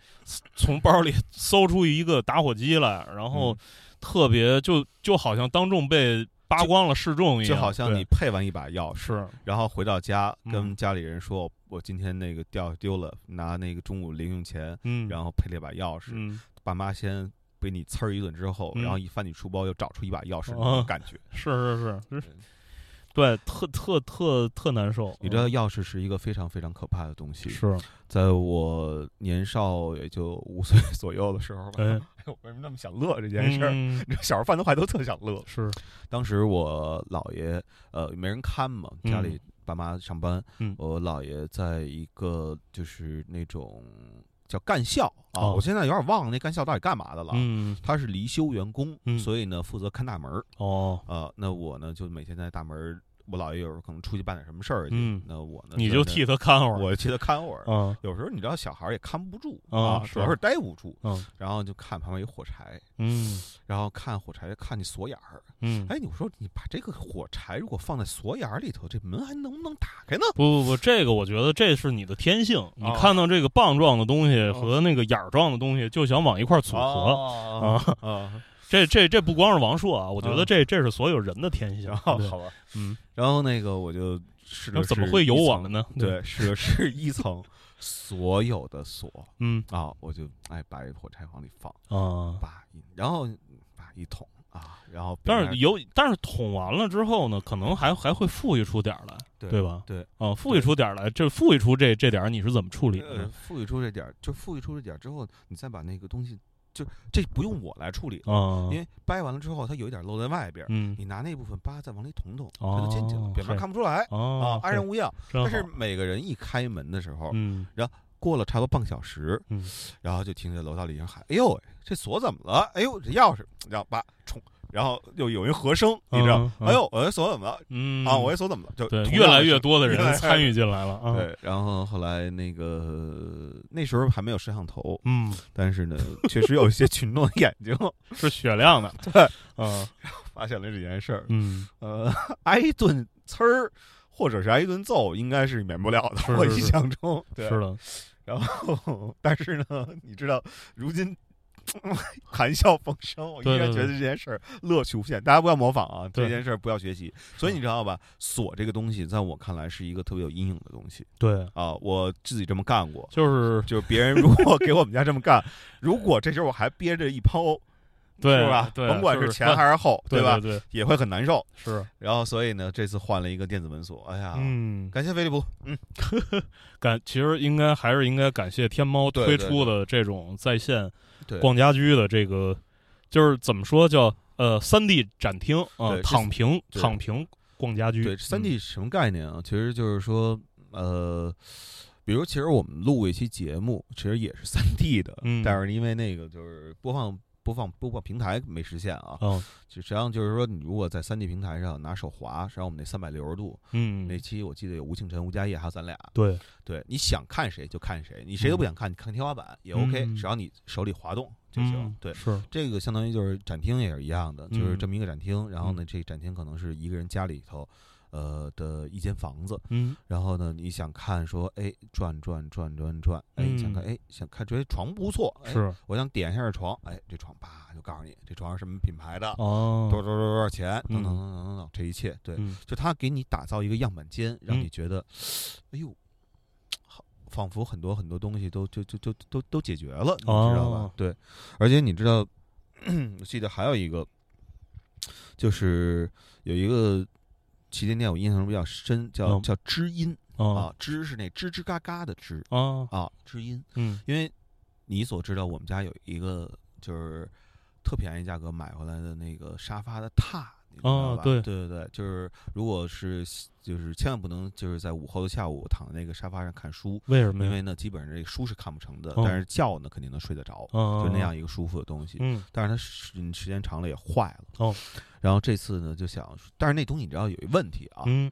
S1: 从包里搜出一个打火机来，然后
S2: 嗯
S1: 特别就就好像当众被扒光了示众一
S2: 就
S1: 样，
S2: 好像
S1: 对
S2: 你配完一把钥匙，
S1: 是
S2: 然后回到家
S1: 嗯
S2: 跟家里人说，我今天那个掉丢了，拿那个中午零用钱，
S1: 嗯，
S2: 然后配了一把钥匙，
S1: 嗯
S2: 爸妈先被你呲儿一顿之后，
S1: 嗯
S2: 然后一翻你书包又找出一把钥匙，
S1: 啊
S2: 那种感觉。
S1: 是是是是。对，特特特特难受，嗯
S2: 你知道钥匙是一个非常非常可怕的东西，
S1: 是，
S2: 在我年少也就五岁 左右的时候吧。
S1: 哎，
S2: 哎，我为什么那么想乐 这件事儿？
S1: 嗯
S2: 小时候犯的坏都特想乐。
S1: 是，
S2: 当时我姥爷呃没人看嘛，
S1: 嗯
S2: 家里爸妈上班，
S1: 嗯
S2: 我姥爷在一个就是那种叫干校啊，
S1: 哦
S2: 我现在有点忘了那干校到底干嘛的了。
S1: 嗯，
S2: 他是离休员工，
S1: 嗯
S2: 所以呢负责看大门儿。
S1: 哦，
S2: 呃，那我呢就每天在大门儿，我姥爷有时候可能出去办点什么事儿去，
S1: 嗯
S2: 那我呢
S1: 你就
S2: 在那
S1: 替他看会儿，
S2: 呃我替他看会儿。
S1: 嗯
S2: 有时候你知道小孩儿也看不住
S1: 啊是
S2: 主要是待不住，
S1: 嗯
S2: 然后就看旁边有火柴，
S1: 嗯
S2: 然后看火柴看你锁眼儿，
S1: 嗯，
S2: 哎，你说你把这个火柴如果放在锁眼儿里头，这门还能不能打开呢？
S1: 不不不，这个我觉得这是你的天性，你
S2: 哦
S1: 看到这个棒状的东西和那个眼儿状的东西，就想往一块儿组合。
S2: 啊啊
S1: 这这这不光是王朔啊，我觉得
S2: 啊
S1: 这这是所有人的天性
S2: 然。后
S1: 对
S2: 哦好吧，
S1: 嗯，
S2: 然后那个我就试
S1: 那
S2: 着
S1: 怎么会有我们
S2: 呢？
S1: 呢？
S2: 对，试着试一层所有的锁
S1: 嗯
S2: 啊，我就哎把这火柴往里放，
S1: 啊，
S2: 把一然后把一桶啊，然后边
S1: 但
S2: 上
S1: 是有，但是捅完了之后呢，可能还还会富裕出点儿来，
S2: 对
S1: 对吧？
S2: 对，
S1: 啊，富裕出点儿来，这富裕出这这点儿你是怎么处理的
S2: 呃
S1: 呢？
S2: 富裕出这点儿，就富裕出这点儿之后，你再把那个东西，就这不用我来处理了，
S1: 啊，
S2: 呃因为掰完了之后它有一点露在外边儿，
S1: 嗯
S2: 你拿那部分扒再往里捅捅，它就进去了
S1: 哦，
S2: 表面
S1: 嘿
S2: 看不出来啊
S1: 哦，，
S2: 安然无恙。
S1: 真
S2: 但是
S1: 好
S2: 每个人一开门的时候，
S1: 嗯
S2: 过了差不多半小时，
S1: 嗯
S2: 然后就听见楼道里人喊：“哎呦喂，这锁怎么了？哎呦，这钥匙！”然后叭冲，然后又有一和声，你知道
S1: 嗯？嗯
S2: 哎呦，我这锁怎么了？
S1: 嗯
S2: 啊，我这锁怎么了？就
S1: 对
S2: 同
S1: 越
S2: 样的
S1: 来越
S2: 声
S1: 多的
S2: 越来
S1: 人
S2: 越
S1: 参与进来了啊，
S2: 对，然后后来那个那时候还没有摄像头，
S1: 嗯，
S2: 但是呢，确实有一些群众的眼睛
S1: 是雪亮的，
S2: 对
S1: 啊，
S2: 发现了这件事儿。
S1: 嗯，
S2: 呃，挨一顿呲儿，或者是挨一顿揍，应该是免不了的。
S1: 是
S2: 我
S1: 是
S2: 印
S1: 是
S2: 象中，对
S1: 是。的，
S2: 然后，但是呢，你知道，如今 谈笑风生，我依
S1: 对
S2: 然
S1: 对
S2: 觉得
S1: 对
S2: 这件事儿乐趣无限。大家不要模仿啊，这
S1: 对
S2: 件事儿不要学习。所以你知道吧，锁这个东西，在我看来是一个特别有阴影的东西
S1: 对，
S2: 啊。我自己这么干过，
S1: 就是
S2: 就是别人如果给我们家这么干，如果这时候我还憋着一泡，
S1: 对
S2: 是吧？
S1: 对，
S2: 甭管
S1: 就是
S2: 前
S1: 万
S2: 还是后，
S1: 对
S2: 吧？啊
S1: 对，对
S2: 也会很难受。
S1: 是，
S2: 然后所以呢，这次换了一个电子门锁，哎呀，
S1: 嗯，
S2: 感谢飞利浦，
S1: 感其实应该还是应该感谢天猫
S2: 对
S1: 推
S2: 对
S1: 出的这种在线
S2: 对
S1: 逛家居的这个，就是怎么说叫呃三 D 展厅啊
S2: 对，这
S1: 躺平
S2: 对
S1: 躺平逛家居，
S2: 对，三
S1: 嗯
S2: D 什么概念啊？其实就是说，呃，比如其实我们录一期节目，其实也是三 D 的，
S1: 嗯
S2: 但是因为那个就是播放播放播放平台没实现啊。
S1: 哦，
S2: 实际上就是说，你如果在三 D 平台上拿手滑，实际上我们那三百六十度
S1: 嗯，
S2: 那期，我记得有吴庆辰、吴佳业，还有咱俩。
S1: 对，
S2: 对你想看谁就看谁，你谁都不想看，你看天花板也 OK，、
S1: 嗯
S2: 只要你手里滑动就行。
S1: 嗯
S2: 对，
S1: 是，
S2: 这个相当于就是展厅也是一样的，就是
S1: 嗯
S2: 这么一个展厅。然后呢，
S1: 嗯
S2: 这展厅可能是一个人家里头，呃的一间房子。
S1: 嗯，
S2: 然后呢，你想看说，哎，转转转转转，哎，
S1: 嗯
S2: 想看，哎，想看，觉得床不错，哎，
S1: 是，
S2: 我想点一下这床，哎，这床啪就告诉你，这床是什么品牌的，
S1: 哦，
S2: 多少多少多少钱，等
S1: 嗯
S2: 等等等等等，这一切，对，
S1: 嗯
S2: 就他给你打造一个样板间，让
S1: 嗯
S2: 你觉得，哎呦，好，仿佛很多很多东西都就就就都都解决了，你知道吧
S1: 哦？
S2: 对，而且你知道， 我记得还有一个，就是有一个旗舰店，我印象中比较深，叫
S1: 嗯
S2: 叫知音
S1: 哦
S2: 啊，知是那吱吱嘎嘎的吱
S1: 啊，
S2: 啊，知音，
S1: 嗯
S2: 因为你所知道，我们家有一个就是特便宜价格买回来的那个沙发的榻，你知道
S1: 哦
S2: 吧？
S1: 对
S2: 对对对，就是如果是就是千万不能就是在午后的下午躺在那个沙发上看书，
S1: 为什么
S2: 因
S1: 呀？
S2: 为呢基本上这个书是看不成的，
S1: 哦
S2: 但是觉呢肯定能睡得着，
S1: 啊，
S2: 就那样一个舒服的东西。
S1: 嗯，
S2: 但是它时时间长了也坏了
S1: 哦。
S2: 然后这次呢就想，但是那东西你知道有一问题啊，
S1: 嗯嗯，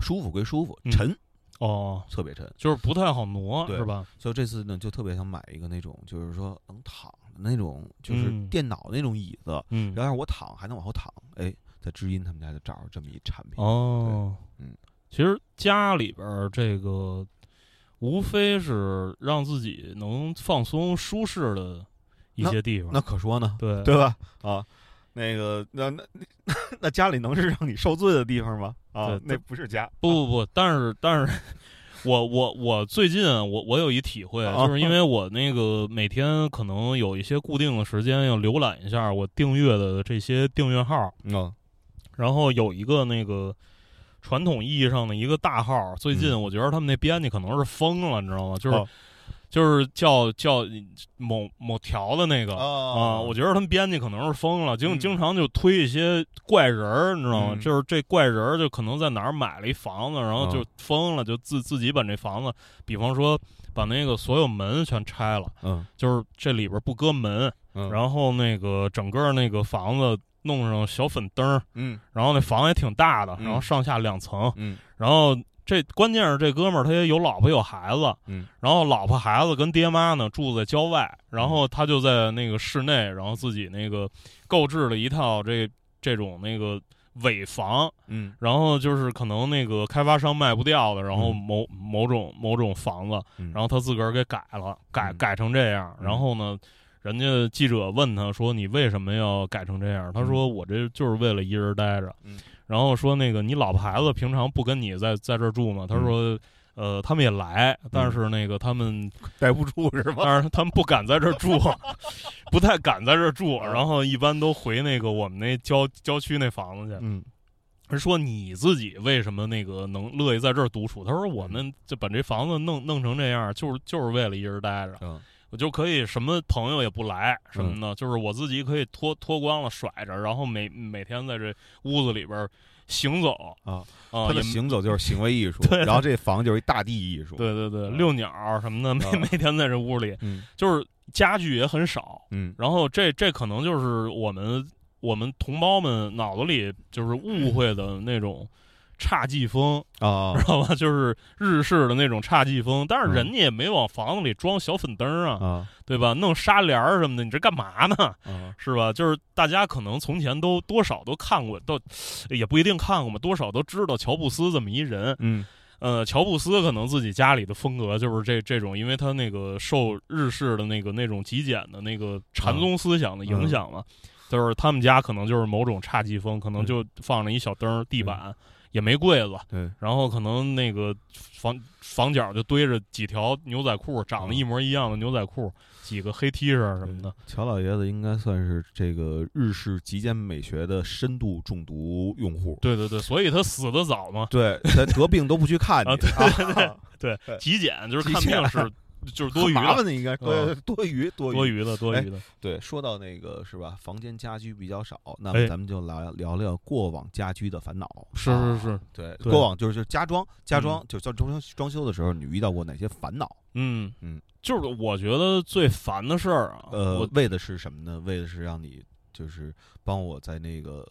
S2: 舒服归舒服，
S1: 嗯
S2: 沉
S1: 哦，
S2: 特别沉。
S1: 就是不太好挪，
S2: 对
S1: 是吧？
S2: 所以这次呢，就特别想买一个那种，就是说能躺的那种，就是
S1: 嗯
S2: 电脑那种椅子，
S1: 嗯，
S2: 然后让我躺还能往后躺。哎，在知音他们家就找着这么一产品，
S1: 哦，
S2: 嗯，
S1: 其实家里边儿这个无非是让自己能放松舒适的一些地方，
S2: 那可说呢，
S1: 对
S2: 对吧？啊，那个，那那那家里能是让你受罪的地方吗？啊
S1: 对，
S2: 那不是家，啊
S1: 不不不，但是但是。我我我最近啊我我有一体会，
S2: 啊
S1: 就是因为我那个每天可能有一些固定的时间要浏览一下我订阅的这些订阅号，
S2: 嗯
S1: 然后有一个那个传统意义上的一个大号，最近
S2: 嗯
S1: 我觉得他们那编辑可能是疯了，你知道吗？就是、
S2: 哦
S1: 就是叫叫某某条的那个。啊，
S2: 啊
S1: 我觉得他们编辑可能是疯了，经
S2: 嗯
S1: 经常就推一些怪人儿，你知道吗？
S2: 嗯
S1: 就是这怪人儿就可能在哪儿买了一房子，然后就
S2: 哦
S1: 疯了，就自自己把这房子，比方说把那个所有门全拆了，
S2: 嗯
S1: 就是这里边儿不搁门，
S2: 嗯，后
S1: 然后那个整个那个房子弄上小粉灯儿，
S2: 嗯
S1: 然后那房也挺大的，
S2: 嗯
S1: 然后上下两层，
S2: 嗯
S1: 然后这关键是这哥们儿他也有老婆有孩子，
S2: 嗯，
S1: 然后老婆孩子跟爹妈呢住在郊外，然后他就在那个室内，然后自己那个购置了一套这这种那个尾房，
S2: 嗯
S1: 然后就是可能那个开发商卖不掉的，然后
S2: 嗯
S1: 某某种某种房子，
S2: 嗯，
S1: 然后他自个儿给改了，改
S2: 嗯
S1: 改成这样，
S2: 嗯
S1: 然后呢。人家记者问他说：“你为什么要改成这样？”他说：“我这就是为了一人待着。
S2: 嗯
S1: 然后说：“那个你老婆孩子平常不跟你在在这儿住吗？”
S2: 嗯
S1: 他说：“呃，他们也来，但是那个他们，
S2: 待嗯 不住是吧？
S1: 但是他们不敢在这儿住， 不太敢在这儿住。
S2: 啊
S1: 然后一般都回那个我们那郊郊区那房子去。
S2: 嗯
S1: 人说你自己为什么那个能乐意在这儿独处？他说
S2: 嗯
S1: 我们就把这房子弄弄成这样，就是就是为了一人待着，
S2: 嗯
S1: 我就可以什么朋友也不来什么的，就是我自己可以脱脱光了甩着，然后每每天在这屋子里边儿行走
S2: 啊，
S1: 啊，
S2: 他
S1: 也
S2: 的行走就是行为艺术，
S1: 对
S2: 然后这房就是一大地艺术，，
S1: 对对对，
S2: 嗯
S1: 遛鸟儿什么的，每
S2: 啊
S1: 每天在这屋里，
S2: 嗯
S1: 就是家具也很少，
S2: 嗯
S1: 然后这这可能就是我们我们同胞们脑子里就是 误会的那种侘寂风。
S2: 啊
S1: 知道吧？就是日式的那种侘寂风，但是
S2: 嗯
S1: 人家也没往房子里装小粉灯啊，
S2: 啊
S1: 对吧？弄纱帘儿什么的，你这干嘛呢？
S2: 啊，
S1: 是吧？就是大家可能从前都多少都看过，都也不一定看过嘛，多少都知道乔布斯这么一人。
S2: 嗯
S1: 呃，乔布斯可能自己家里的风格就是这这种，因为他那个受日式的那个那种极简的那个禅
S2: 嗯
S1: 宗思想的影响嘛，就是他们家可能就是某种侘寂风，可能
S2: 嗯
S1: 就放着一小灯儿，地板、也没柜子，
S2: 对。
S1: 然后可能那个房房角就堆着几条牛仔裤，长
S2: 嗯
S1: 得一模一样的牛仔裤，几个黑 T 恤什么的。
S2: 乔老爷子应该算是这个日式极简美学的深度中毒用 户。
S1: 对对对，所以他死的早嘛。
S2: 对， 他得病都不去看你，
S1: 啊对
S2: 啊
S1: 对
S2: 对，
S1: 极简就是
S2: 极
S1: 看
S2: 简啊
S1: 病是 就是 多余
S2: 麻
S1: 的，
S2: 烦的应该对多余多余
S1: 多余的，多
S2: 哎
S1: 余的。
S2: 对，说到那个是吧，房间家居比较少，那
S1: 哎
S2: 么咱们就来聊聊过往家居的烦恼。
S1: 是
S2: 啊
S1: 是是，
S2: 对，
S1: 对嗯
S2: 过往就是就是家装，家装就是在装修装修的时候，你遇到过哪些烦恼？
S1: 嗯
S2: 嗯，
S1: 就是我觉得最烦的事儿啊，
S2: 呃
S1: 我，
S2: 为的是什么呢？为的是让你就是帮我在那个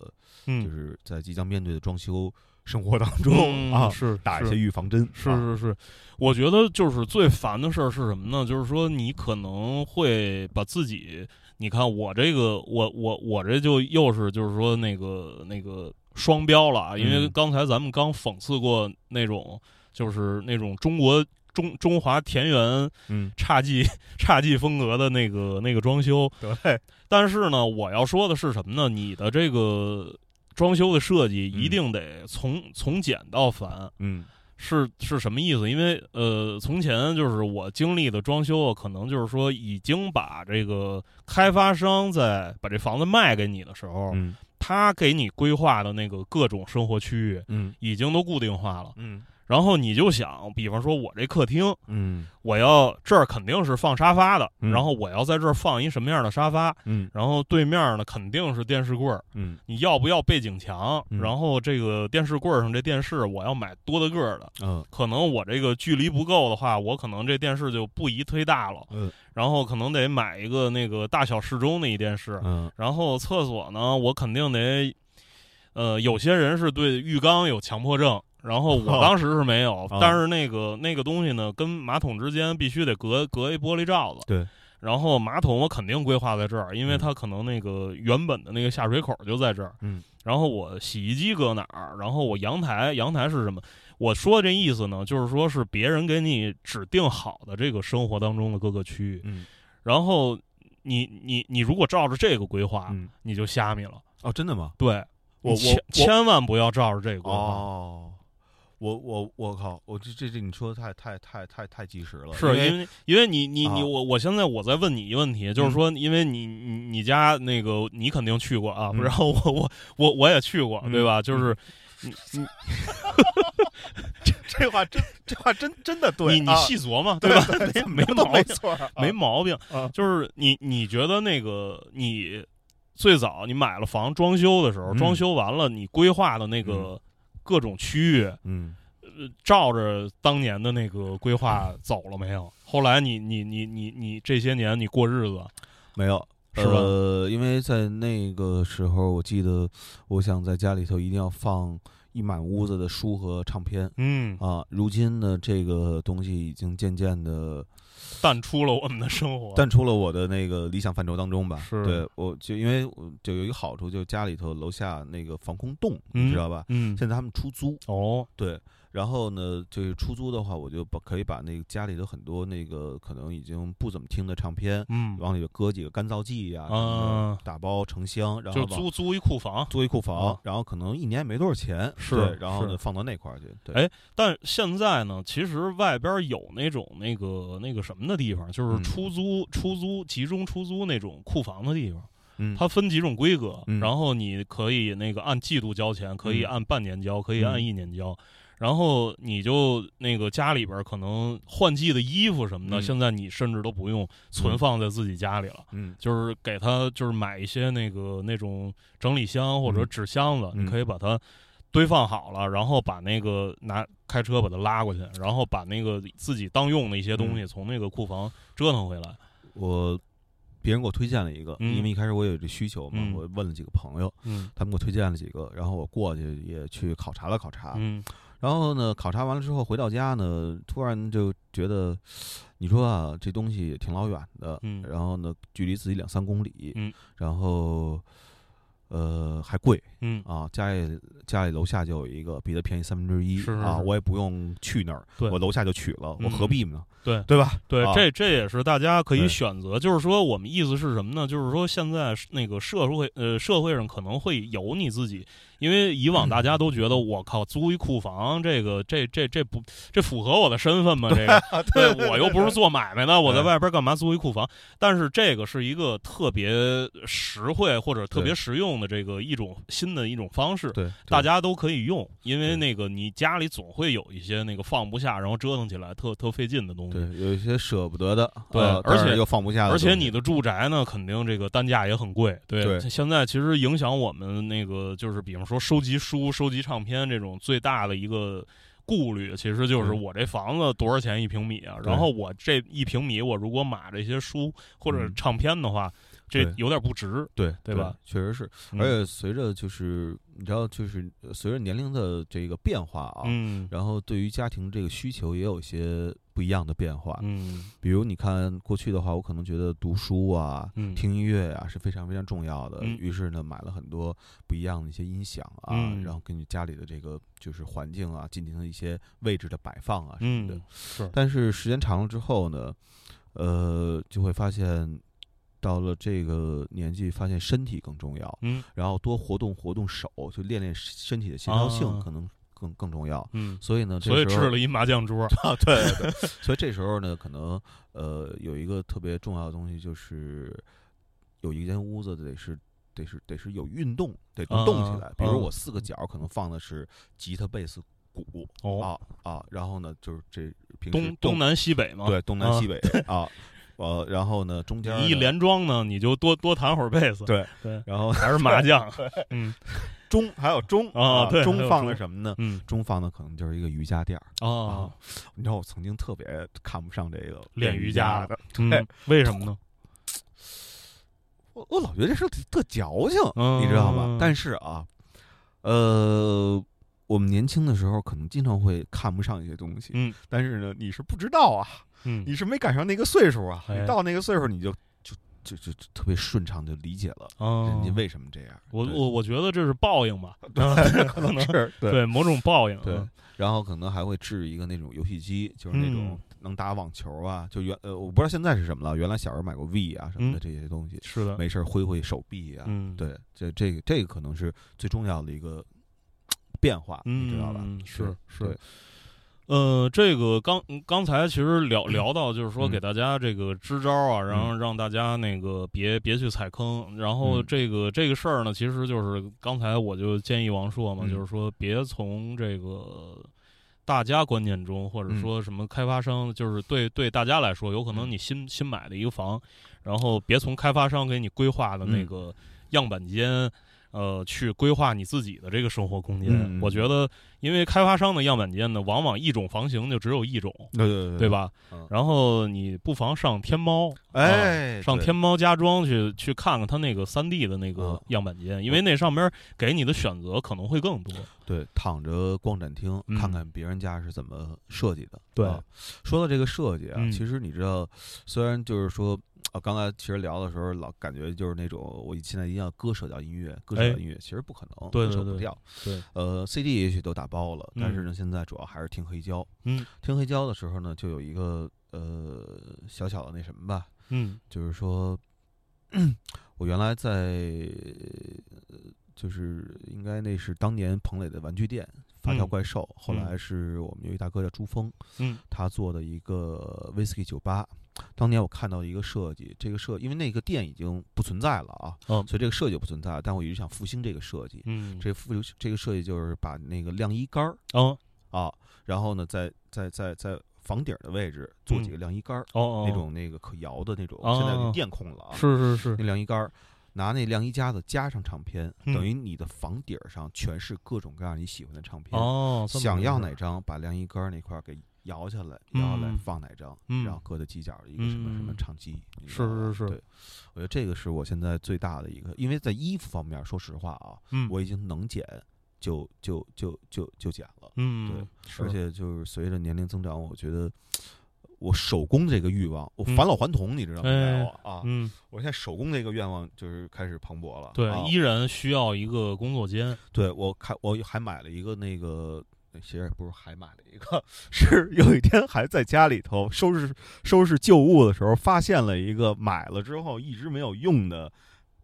S2: 就
S3: 嗯
S2: 是在即将面对的装修生活当中、
S1: 嗯
S2: 啊，
S3: 是
S2: 打一
S3: 是
S2: 些预防针。
S3: 是
S2: 啊
S3: 是是，
S1: 我觉得就是最烦的事儿是什么呢？就是说你可能会把自己，你看我这个，我我我这就又是就是说那个那个双标了啊，因为
S2: 嗯
S1: 刚才咱们刚讽刺过那种就是那种中国中中华田园
S2: 嗯，
S1: 侘 寂侘寂风格的那个那个装修，
S2: 对，
S1: 但是呢，我要说的是什么呢？你的这个装修的设计一
S2: 嗯
S1: 定得从、从简到繁。
S2: 嗯
S1: 是是什么意思？因为呃，从前就是我经历的装修，啊可能就是说已经把这个开发商在把这房子卖给你的时候，
S2: 嗯
S1: 他给你规划的那个各种生活区域
S2: 嗯
S1: 已经都固定化了。
S2: 嗯
S1: 然后你就想，比方说我这客厅，
S2: 嗯
S1: 我要这儿肯定是放沙发的，
S2: 嗯
S1: 然后我要在这儿放一什么样的沙发，
S2: 嗯
S1: 然后对面呢肯定是电视柜儿，
S2: 嗯
S1: 你要不要背景墙？
S2: 嗯
S1: 然后这个电视柜儿上这电视我要买多大个儿的。
S2: 嗯
S1: 可能我这个距离不够的话，我可能这电视就不宜推大了，
S2: 嗯
S1: 然后可能得买一个那个大小适中的一电视，
S2: 嗯
S1: 然后厕所呢，我肯定得，呃，有些人是对浴缸有强迫症，然后
S2: 哦
S1: 我当时是没有，
S2: 啊
S1: 但是那个那个东西呢，跟马桶之间必须得隔隔一玻璃罩子，
S2: 对，
S1: 然后马桶我肯定规划在这儿，因为
S2: 嗯
S1: 它可能那个原本的那个下水口就在这儿。
S2: 嗯，
S1: 然后我洗衣机搁哪儿？然后我阳台，阳台是什么？我说这意思呢，就是说是别人给你指定好的这个生活当中的各个区域，
S2: 嗯
S1: 然后你你你如果照着这个规划，
S2: 嗯
S1: 你就虾米了。
S2: 哦，真的吗？
S1: 对，
S2: 我
S1: 你千
S2: 我
S1: 千万不要照着这个规划。
S2: 哦，我我我靠，我这这这你说的太太太太太及时了，
S1: 是
S2: 因
S1: 因为因为你你
S2: 啊嗯
S1: 你我我现在我在问你一个问题，就是说，因为你你你家那个你肯定去过啊，
S2: 嗯
S1: 然后我我我我也去过，
S2: 嗯
S1: 对吧？就是你
S2: 这话真这话真真的对，
S1: 你你
S2: 啊
S1: 细琢磨，对吧？没没
S2: 都
S1: 毛
S2: 没
S1: 病，
S2: 错儿啊，
S1: 没毛病。
S2: 啊
S1: 就是你你觉得那个你最早你买了房装修的时候，
S2: 嗯
S1: 装修完了你规划的那个各种区域，
S2: 嗯
S1: 呃照着当年的那个规划走了没有？后来你你你你你这些年你过日子
S2: 没有。
S1: 是吧
S2: 呃，因为在那个时候，我记得我想在家里头一定要放一满屋子的书和唱片
S1: 嗯，
S2: 啊。如今呢，这个东西已经渐渐的
S1: 淡出了我们的生活。
S2: 淡出了我的那个理想范畴当中吧。
S1: 是
S2: 对我就因为我就有一个好处，就是家里头楼下那个防空洞，
S1: 嗯
S2: 你知道吧？
S1: 嗯，
S2: 现在他们出租，
S1: 哦，
S2: 对，然后呢，就是出租的话，我就把可以把那个家里的很多那个可能已经不怎么听的唱片，
S1: 嗯，
S2: 往里头搁几个干燥剂呀、什么
S1: 啊
S2: 的打包成箱，然后
S1: 就
S2: 往
S1: 租租一库房。
S2: 租一库房，
S1: 啊
S2: 然后可能一年也没多少钱，
S1: 是
S2: 对然后
S1: 是
S2: 呢放到那块儿去，对，
S1: 哎但现在呢，其实外边有那种那个那个什么的地方，就是
S2: 嗯
S1: 出租、出租集中出租那种库房的地方。
S2: 嗯，
S1: 它分几种规格，
S2: 嗯
S1: 然后你可以那个按季度交钱，可以
S2: 嗯
S1: 按半年交，可以按
S2: 嗯
S1: 一年交。然后你就那个家里边可能换季的衣服什么的，
S2: 嗯
S1: 现在你甚至都不用存
S2: 嗯
S1: 放在自己家里了，
S2: 嗯
S1: 就是给他就是买一些那个那种整理箱或者
S2: 嗯
S1: 纸箱子，
S2: 嗯
S1: 你可以把它堆放好了，然后把那个拿开车把它拉过去，然后把那个自己当用的一些东
S2: 嗯
S1: 西从那个库房折腾回来。
S2: 我别人给我推荐了一个，
S1: 嗯
S2: 因为一开始我有这需求嘛，
S1: 嗯
S2: 我问了几个朋友，
S1: 嗯
S2: 他们给我推荐了几个，然后我过去也去考察了考察，
S1: 嗯
S2: 然后呢，考察完了之后回到家呢，突然就觉得，你说啊，这东西挺老远的，
S1: 嗯
S2: 然后呢，距离自己两三公里，
S1: 嗯
S2: 然后，呃，还贵
S1: 嗯，
S2: 啊，家里家里楼下就有一个，比它便宜三分之一
S1: 是是
S2: 啊，
S1: 是
S2: 我也不用去那儿，
S1: 对
S2: 我楼下就取了，我
S1: 嗯
S2: 何必呢？
S1: 对
S2: 对吧？
S1: 对，
S2: 啊
S1: 这这也是大家可以
S2: 对
S1: 选择。就是说，我们意思是什么呢？就是说，现在是那个社会呃社会上可能会有你自己，因为以往大家都觉得我靠租一库房，这个这这这不这符合我的身份吗？这个对我又不是做买卖的，我在
S2: 啊对
S1: 外边干嘛租一库房？但是这个是一个特别实惠或者特别
S2: 对
S1: 实用的这个一种新的一种方式。
S2: 对，
S1: 大家都可以用，因为
S2: 对
S1: 那个你家里总会有一些那个放不下，然后折腾起来特特费劲的东西。
S2: 对有一些舍不得的，
S1: 嗯对
S2: 啊
S1: 而且
S2: 但是又放不下的
S1: 而
S2: 东西，
S1: 且你的住宅呢，肯定这个单价也很贵。对，
S2: 对
S1: 现在其实影响我们那个就是，比方说收集书、收集唱片这种最大的一个顾虑，其实就是
S2: 嗯
S1: 我这房子多少钱一平米啊？然后我这一平米，我如果买这些书或者
S2: 嗯
S1: 唱片的话，这
S2: 对
S1: 有点不值。
S2: 对
S1: 对吧？
S2: 确实是，
S1: 嗯
S2: 而且随着就是你知道，就是呃随着年龄的这个变化啊，
S1: 嗯
S2: 然后对于家庭这个需求也有一些不一样的变化。
S1: 嗯
S2: 比如你看过去的话，我可能觉得读书啊、
S1: 嗯，
S2: 听音乐啊是非常非常重要的，
S1: 嗯
S2: 于是呢买了很多不一样的一些音响啊，
S1: 嗯
S2: 然后根据家里的这个就是环境啊进行一些位置的摆放啊什么的。
S1: 嗯是
S2: 但是时间长了之后呢，呃，就会发现到了这个年纪，发现身体更重要，
S1: 嗯
S2: 然后多活动活动手，就练练身体的协调性，
S1: 啊
S2: 可能更更重要。
S1: 嗯，
S2: 所以呢，这
S1: 所以
S2: 时
S1: 置
S2: 候
S1: 了一麻将 桌。
S2: 啊，对对对，所以这时候呢，可能呃有一个特别重要的东西，就是有一间屋子得是得是得是有运动，得能动起来。
S1: 啊
S2: 比如
S1: 啊
S2: 我四个角可能放的是吉他、贝斯、鼓
S1: 哦，
S2: 啊啊，然后呢就是这平时
S1: 东东南西北嘛。
S2: 对东南
S1: 啊
S2: 西北 啊，呃，然后呢中间
S1: 你一
S2: 呢
S1: 连庄呢，你就多多弹会儿贝斯，
S2: 对
S1: 对，
S2: 然后
S1: 还是麻将，嗯
S2: 中还有中
S1: 啊对还
S2: 中
S1: 有
S2: 放的
S1: 钟
S2: 什么呢？
S1: 嗯
S2: 中放的可能就是一个瑜伽垫儿 啊
S1: 哦，
S2: 你知道我曾经特别看不上这个
S1: 练
S2: 瑜
S1: 瑜伽
S2: 的，
S1: 嗯，为什么呢？
S2: 我我老觉得这事儿特特矫情，
S1: 嗯
S2: 你知道吧？但是啊，呃，我们年轻的时候可能经常会看不上一些东西，
S1: 嗯
S2: 但是呢，你是不知道啊，
S1: 嗯
S2: 你是没赶上那个岁数啊，
S1: 哎
S2: 你到那个岁数你就就就就就特别顺畅就理解了
S1: 哦
S2: 人家为什么这样。
S1: 我
S2: 对
S1: 我我觉得这是报应吧，可能
S2: 是对
S1: 对某种报应，
S2: 对
S1: 嗯，
S2: 然后可能还会置一个那种游戏机，就是那种
S1: 嗯
S2: 能打网球啊，就原呃，我不知道现在是什么了。原来小时候买过 V 啊什么的
S1: 嗯
S2: 这些东西，
S1: 是的，
S2: 没事儿挥挥手臂啊，
S1: 嗯，，
S2: 对，这这个这个可能是最重要的一个变化，
S1: 嗯，
S2: 你知道吧？
S1: 是
S2: 对
S1: 是。呃，这个刚刚才其实 聊聊到，就是说
S2: 嗯
S1: 给大家这个支招啊，然后让大家那个别别去踩坑。然后
S2: 嗯
S1: 这个这个事儿呢，其实就是刚才我就建议王硕嘛，
S2: 嗯
S1: 就是说别从这个大家观念中，或者
S2: 嗯
S1: 说什么开发商，就是对对大家来说，有可能
S2: 嗯
S1: 你新新买的一个房，然后别从开发商给你规划的
S2: 嗯
S1: 那个样板间。呃，去规划你自己的这个生活空间，
S2: 嗯嗯
S1: 我觉得，因为开发商的样板间呢，往往一种房型就只有一种，
S2: 对对对
S1: 对？吧？
S2: 嗯
S1: 然后你不妨上天猫，
S2: 哎，
S1: 啊上
S2: 对
S1: 天猫家装去去看看它那个三 D 的那
S2: 嗯
S1: 个样板间，因为那上面给你的选择可能会更多。
S2: 对，躺着逛展厅，
S1: 嗯
S2: 看看别人家是怎么设计的。
S1: 对
S2: 啊说到这个设计啊，
S1: 嗯
S2: 其实你知道，虽然就是说。啊，刚才其实聊的时候，老感觉就是那种我现在一定要割舍掉音乐，割舍
S1: 哎
S2: 掉音乐，其实不可能，
S1: 对
S2: 割舍
S1: 对
S2: 不
S1: 对
S2: 掉。
S1: 对，
S2: 呃，CD 也许都打包了，但是
S1: 嗯
S2: 呢，现在主要还是听黑胶。
S1: 嗯，
S2: 听黑胶的时候呢，就有一个呃小小的那什么吧，
S1: 嗯
S2: 就是说，我原来在，呃就是应该那是当年彭磊的玩具店发条
S1: 嗯
S2: 怪兽，后
S1: 嗯
S2: 来是我们有一大哥叫朱峰，
S1: 嗯
S2: 他做的一个 whisky 酒吧。当年我看到一个设计，这个设因为那个店已经不存在了啊，
S1: 哦
S2: 所以这个设计不存在了，但我一直想复兴这个设计。
S1: 嗯，
S2: 这复这个设计就是把那个晾衣杆儿
S1: 哦
S2: 啊，然后呢，在在在在房顶儿的位置做几
S1: 嗯
S2: 个晾衣杆儿，
S1: 哦哦，
S2: 那种那个可摇的那种，
S1: 哦
S2: 现在给电控了啊。
S1: 是是是，
S2: 那晾衣杆儿，拿那晾衣夹子夹上唱片，
S1: 嗯
S2: 等于你的房顶儿上全是各种各样你喜欢的唱片。
S1: 哦，这么
S2: 想
S1: 回
S2: 要
S1: 事
S2: 哪张，把晾衣杆儿那块儿给摇下来，摇下来
S1: 嗯
S2: 放哪张，
S1: 嗯
S2: 然后搁在犄角的一个什么什么
S1: 嗯
S2: 唱机。你知
S1: 是
S2: 道吧
S1: 是是
S2: 对，我觉得这个是我现在最大的一个，因为在衣服方面，说实话啊，
S1: 嗯
S2: 我已经能减就就就就就减了。对
S1: 嗯，是
S2: 而且就是随着年龄增长，我觉得我手工这个欲望，我
S1: 嗯
S2: 返老还童，你知道吗？
S1: 哎
S2: 啊，
S1: 嗯，
S2: 我现在手工这个愿望就是开始蓬勃了。
S1: 对
S2: 啊，
S1: 依然需要一个工作间，
S2: 对我看我还买了一个那个。其实不是还买了一个， 是有一天还在家里头收拾收拾旧物的时候，发现了一个买了之后一直没有用的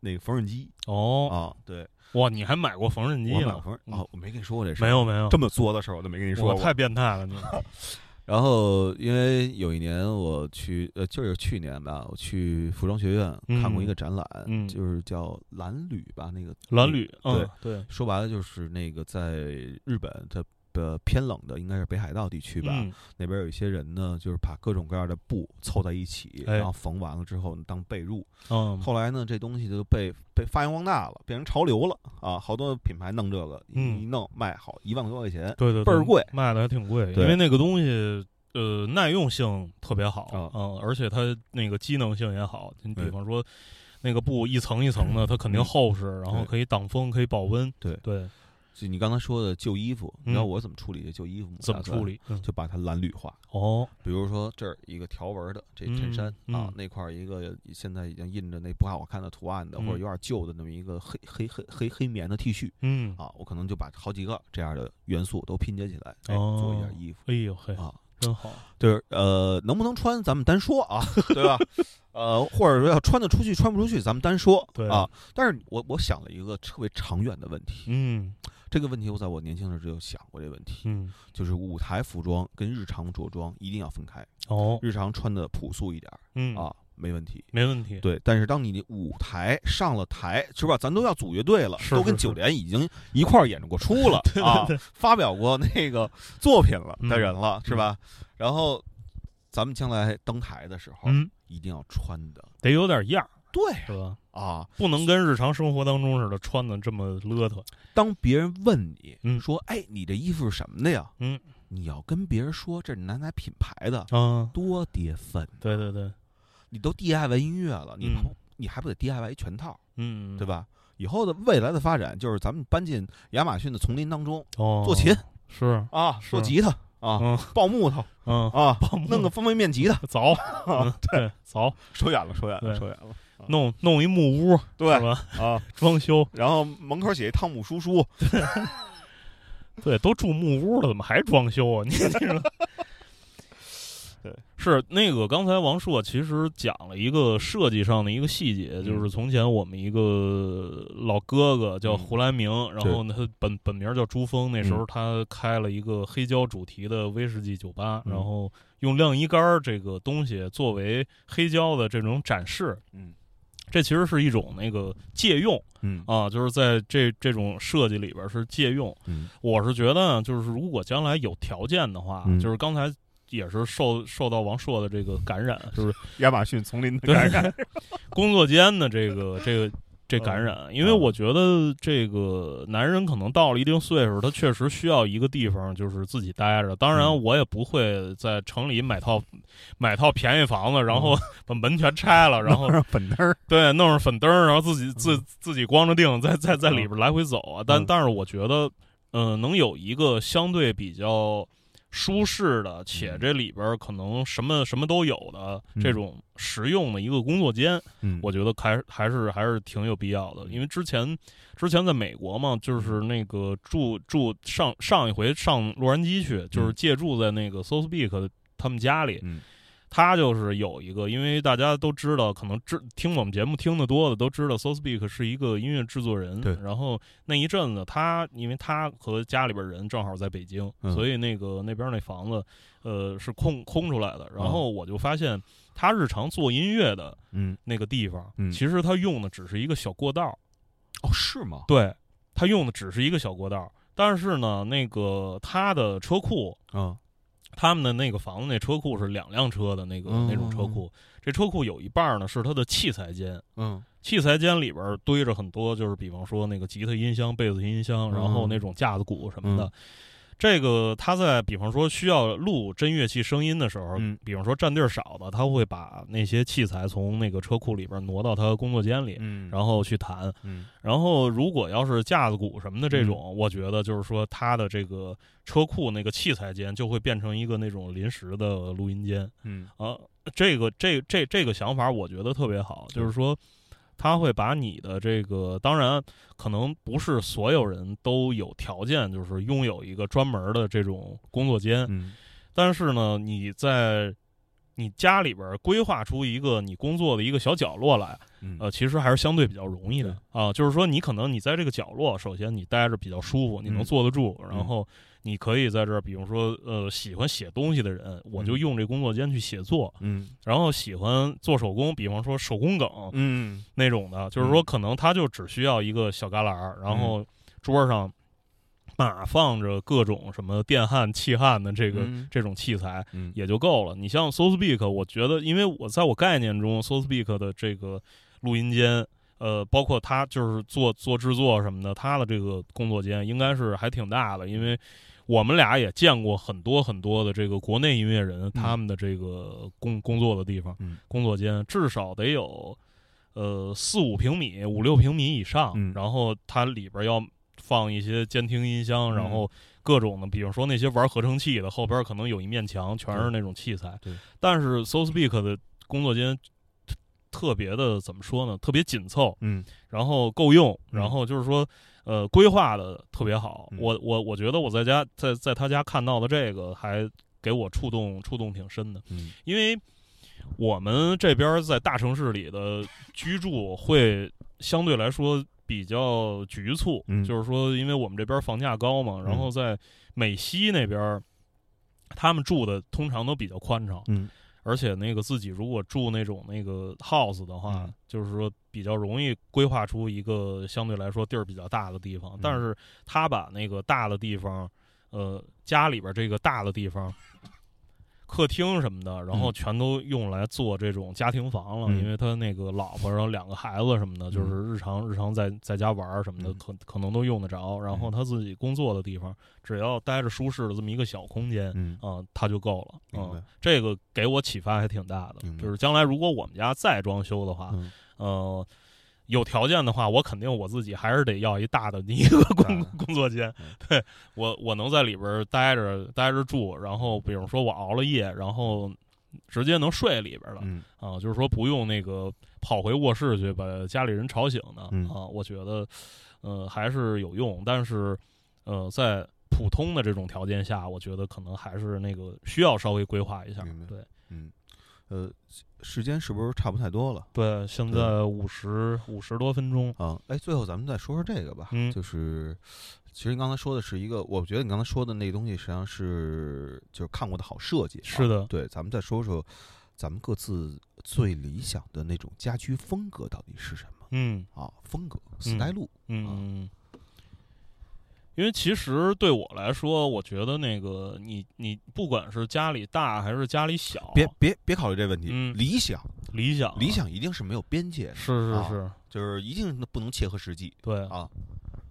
S2: 那个缝纫机
S1: 哦，
S2: 啊。对，
S1: 哇，你还买过缝纫机
S2: 我买
S1: 呢？
S2: 缝
S1: 嗯
S2: 啊，我没跟你说过这事儿，
S1: 没有没有，
S2: 这么作的事儿我都没跟你说
S1: 我
S2: 过。
S1: 太变态了，你
S2: 然后，因为有一年我去，呃，就是去年吧，我去服装学院
S1: 嗯
S2: 看过一个展览，
S1: 嗯
S2: 就是叫蓝缕吧，那个
S1: 蓝。缕，
S2: 对
S1: 嗯对，
S2: 说白了就是那个在日本，在呃偏冷的，应该是北海道地区吧。
S1: 嗯
S2: 那边有一些人呢，就是把各种各样的布凑在一起，
S1: 哎
S2: 然后缝完了之后当被褥。
S1: 嗯
S2: 后来呢，这东西就被被发扬光大了，变成潮流了啊！好多品牌弄这个，
S1: 嗯
S2: 一弄卖好一万多块钱
S1: 对对，
S2: 倍
S1: 对
S2: 儿贵
S1: 卖的还挺贵，因
S2: 对
S1: 为那个东西呃耐用性特别好，
S2: 啊
S1: 嗯，而且它那个机能性也好。你比
S2: 对
S1: 方说，那个布一层一层的，它肯定
S2: 嗯
S1: 厚实，然后
S2: 对
S1: 可以挡风，可以保温。
S2: 对
S1: 对，
S2: 就你刚才说的旧衣服，你知道
S1: 嗯
S2: 我怎么处理这旧衣服吗？
S1: 怎么
S2: 打算
S1: 处？理？嗯
S2: 就把它蓝绿化。
S1: 哦，
S2: 比如说这儿一个条纹的这衬衫、
S1: 嗯
S2: 啊
S1: 嗯，
S2: 那块儿一个现在已经印着那不太好看的图案的，
S1: 嗯
S2: 或者有点旧的那么一个黑黑黑黑黑棉的 T 恤
S1: 嗯，
S2: 啊，我可能就把好几个这样的元素都拼接起来，哎，
S1: 哦
S2: 做一件衣服
S1: 哎呦嘿，
S2: 啊。
S1: 真好，
S2: 就是呃，能不能穿咱们单说啊， 对吧？呃，或者说要穿得出去，穿不出去，咱们单说
S1: 对
S2: 啊。但是我我想了一个特别长远的问题，
S1: 嗯
S2: 这个问题我在我年轻的时候就想过这个问题，
S1: 嗯，
S2: 就是舞台服装跟日常着装一定要分开，
S1: 哦，
S2: 日常穿的朴素一点儿。
S1: 嗯，
S2: 啊，没问题。
S1: 没问题，
S2: 对，但是当你的舞台上了台，是吧？咱都要组乐队了，
S1: 是
S2: 都跟
S1: 是是
S2: 九连已经一块儿演过出 了啊，发表过那个作品了的
S1: 嗯
S2: 人了，是吧？然后咱们将来登台的时候，
S1: 嗯，
S2: 一定要穿的
S1: 得有点样儿，
S2: 对
S1: 是吧？
S2: 啊。
S1: 不能跟日常生活当中似的穿的这么邋遢。
S2: 当别人问你、
S1: 嗯
S2: 说：“哎，你这衣服是什么的呀？”
S1: 嗯，
S2: 你要跟别人说这是哪哪品牌的，
S1: 啊，
S2: 多跌份。
S1: 对对对，
S2: 你都 DIY 音乐了，你、
S1: 嗯
S2: 你还不得 DIY 一全套？
S1: 嗯，
S2: 对？吧？以后的未来的发展就是咱们搬进亚马逊的丛林当中，
S1: 哦，
S2: 做琴
S1: 是，
S2: 啊，
S1: 是
S2: 做吉他啊，
S1: 嗯
S2: 抱木头
S1: 嗯，
S2: 啊，
S1: 木头
S2: 弄个方便面吉他，
S1: 凿，嗯 对，凿，
S2: 说远了，说远
S1: 对
S2: 了，说远了，
S1: 弄弄一木屋
S2: 对
S1: 是吧？
S2: 啊，
S1: 装修，
S2: 然后门口写一汤姆叔叔，
S1: 对，都住木屋了，怎么还装修啊？你 这个
S2: 对，
S1: 是那个刚才王硕其实讲了一个设计上的一个细节，就是从前我们一个老哥哥叫
S2: 嗯
S1: 胡兰明，然后呢他本本名叫朱峰，那时候
S2: 嗯
S1: 他开了一个黑胶主题的威士忌酒吧，
S2: 嗯
S1: 然后用晾衣杆儿这个东西作为黑胶的这种展示，
S2: 嗯
S1: 这其实是一种那个借用
S2: 嗯
S1: 啊，就是在这这种设计里边儿是借用。
S2: 嗯
S1: 我是觉得，就是如果将来有条件的话，
S2: 嗯
S1: 就是刚才也是受受到王硕的这个感 染，就是
S2: 亚马逊丛林的
S1: 对
S2: 感染，
S1: 工作间的这个这个这感染，
S2: 嗯
S1: 因为我觉得这个男人可能到了一定岁数，他确实需要一个地方就是自己待着。当然，
S2: 嗯
S1: 我也不会在城里买套买套便宜房子，然
S2: 嗯
S1: 后把门全拆了， 然后
S2: 粉灯儿，
S1: 对，弄上粉灯儿，然后自己自自己光着腚在在在里边来回走啊。但
S2: 嗯
S1: 但是我觉得，呃，能有一个相对比较舒适的，且
S2: 嗯
S1: 这里边儿可能什么什么都有的
S2: 嗯
S1: 这种实用的一个工作间，
S2: 嗯
S1: 我觉得还还是还是挺有必要的。因为之前之前在美国嘛，
S2: 嗯
S1: 就是那个住住上上一回上洛杉矶去，就是
S2: 嗯
S1: 借住在那个 s o s p e a k 他们家里，
S2: 嗯
S1: 他就是有一个，因为大家都知道，可能知听我们节目听得多的都知道 s o s p e a k 是一个音乐制作人。
S2: 对
S1: 然后那一阵子他，因为他和家里边人正好在北京，
S2: 嗯
S1: 所以那个那边那房子，呃，是空空出来的。然后我就发现，他日常做音乐的
S2: 嗯
S1: 那个地方，
S2: 嗯
S1: 其实他用的只是一个小过道儿，
S2: 哦是吗？
S1: 对他用的只是一个小过道儿。但是呢，那个他的车库，
S2: 啊
S1: 他们的那个房子那车库是两辆车的那个、
S2: 嗯
S1: 那种车库，这车库有一半儿呢是它的器材间，
S2: 嗯
S1: 器材间里边儿堆着很多，就是比方说那个吉他音箱、贝斯琴音箱，
S2: 嗯
S1: 然后那种架子鼓什么的。
S2: 嗯
S1: 这个他在比方说需要录真乐器声音的时候，
S2: 嗯
S1: 比方说占地儿少的，他会把那些器材从那个车库里边儿挪到他工作间里，
S2: 嗯后
S1: 然后去弹。
S2: 嗯
S1: 然后，如果要是架子鼓什么的这种，我觉得就是说，它的这个车库那个器材间就会变成一个那种临时的录音间
S2: 嗯
S1: 啊。这个这这这个想法，我觉得特别好，就是说，他会把你的这个，当然可能不是所有人都有条件，就是拥有一个专门的这种工作间，
S2: 嗯
S1: 但是呢，你在你家里边规划出一个你工作的一个小角落来。
S2: 嗯
S1: 呃，其实还是相对比较容易的啊。就是说，你可能你在这个角落，首先你待着比较舒服，你能
S2: 嗯
S1: 坐得住，然
S2: 嗯
S1: 后你可以在这儿，比如说呃，喜欢写东西的人，我就
S2: 嗯
S1: 用这工作间去写作；
S2: 嗯
S1: 然后喜欢做手工，比方说手工梗
S2: 嗯嗯
S1: 那种的，就是说可能他就只需要一个小旮旯儿，然后桌上。码放着各种什么电焊、气焊的这个、
S2: 嗯
S1: 这种器材
S2: 嗯
S1: 也就够了。你像 SoSpeak，我觉得，因为我在我概念中，SoSpeak 的这个录音间，呃，包括他就是做做制作什么的，他的这个工作间应该是还挺大的，因为。我们俩也见过很多很多的这个国内音乐人他们的这个工工作的地方，
S2: 嗯
S1: 工作间至少得有呃四五平米、五六平米以上，
S2: 嗯
S1: 然后它里边要放一些监听音箱，
S2: 嗯
S1: 然后各种的，比如说那些玩合成器的，后边可能有一面墙全是那种器材
S2: 对对。
S1: 但是 SoSpeak 的工作间特特别的怎么说呢？特别紧凑，
S2: 嗯
S1: 然后够用，
S2: 嗯
S1: 然后就是说，呃，规划的特别好。
S2: 嗯
S1: 我我我觉得我在家在在他家看到的这个还给我触动触动挺深的。
S2: 嗯
S1: 因为我们这边儿在大城市里的居住会相对来说比较局促，
S2: 嗯
S1: 就是说，因为我们这边儿房价高嘛，然后在美西那边儿，他们住的通常都比较宽敞，
S2: 嗯
S1: 而且那个自己如果住那种那个 house 的话，
S2: 嗯
S1: 就是说比较容易规划出一个相对来说地儿比较大的地方。
S2: 嗯
S1: 但是他把那个大的地方，呃，家里边这个大的地方，客厅什么的，然后
S2: 嗯
S1: 全都用来做这种家庭房了。
S2: 嗯
S1: 因为他那个老婆，然后两个孩子什么的，就是日常日常在在家玩儿什么的，
S2: 嗯
S1: 可可能都用得着。然后他自己工作的地方，只要待着舒适的这么一个小空间，
S2: 嗯
S1: 啊、它就够了。
S2: 明白
S1: 嗯，这个给我启发还挺大的
S2: 明。白
S1: 就是将来如果我们家再装修的话，
S2: 嗯
S1: 呃，有条件的话，我肯定我自己还是得要一大的一个工
S2: 大的
S1: 工作间
S2: 嗯。
S1: 对我，我能在里边儿待着待着住，然后比如说我熬了夜，然后直接能睡里边了啊、
S2: 嗯
S1: 就是说不用那个跑回卧室去把家里人吵醒的啊、
S2: 嗯
S1: 我觉得，呃，还是有用，但是，呃，在普通的这种条件下，我觉得可能还是那个需要稍微规划一下
S2: 明白。
S1: 对
S2: 嗯，呃，时间是不是差不太多了？
S1: 对，现在五十五十多分钟，
S2: 啊，哎，最后咱们再说说这个吧，
S1: 嗯
S2: 就是其实你刚才说的是一个，我觉得你刚才说的那东西实际上是就是看过的好设计啊，
S1: 是的
S2: 对，咱们再说说咱们各自最理想的那种家居风格到底是什么
S1: 嗯。
S2: 啊？风格四带路，
S1: 嗯，因为其实对我来说，我觉得那个你你不管是家里大还是家里小，
S2: 别别别考虑这问题，
S1: 嗯
S2: 理想
S1: 理想
S2: 理想一定是没有边界的，
S1: 是是
S2: 啊
S1: 是，
S2: 就是一定不能切合实际
S1: 对
S2: 啊，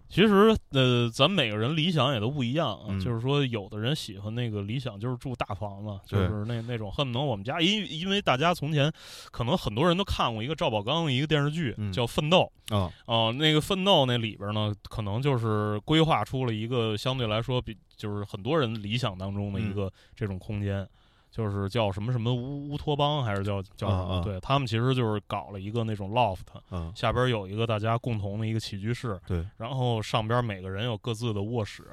S1: 其实呃，咱们每个人理想也都不一样啊，
S2: 嗯
S1: 就是说有的人喜欢那个理想就是住大房子，就
S2: 对
S1: 是那那种恨不得我们家，因为因为大家从前可能很多人都看过一个赵宝刚的一个电视剧、
S2: 嗯
S1: 叫《奋斗》。
S2: 啊，
S1: 哦、那个奋斗那里边呢，可能就是规划出了一个相对来说比就是很多人理想当中的一
S2: 嗯
S1: 个这种空间，就是叫什么什么乌乌托邦，还是叫叫什么？
S2: 啊啊
S1: 对他们其实就是搞了一个那种 loft，
S2: 嗯
S1: 下边有一个大家共同的一个起居室，
S2: 对，
S1: 然后上边每个人有各自的卧室，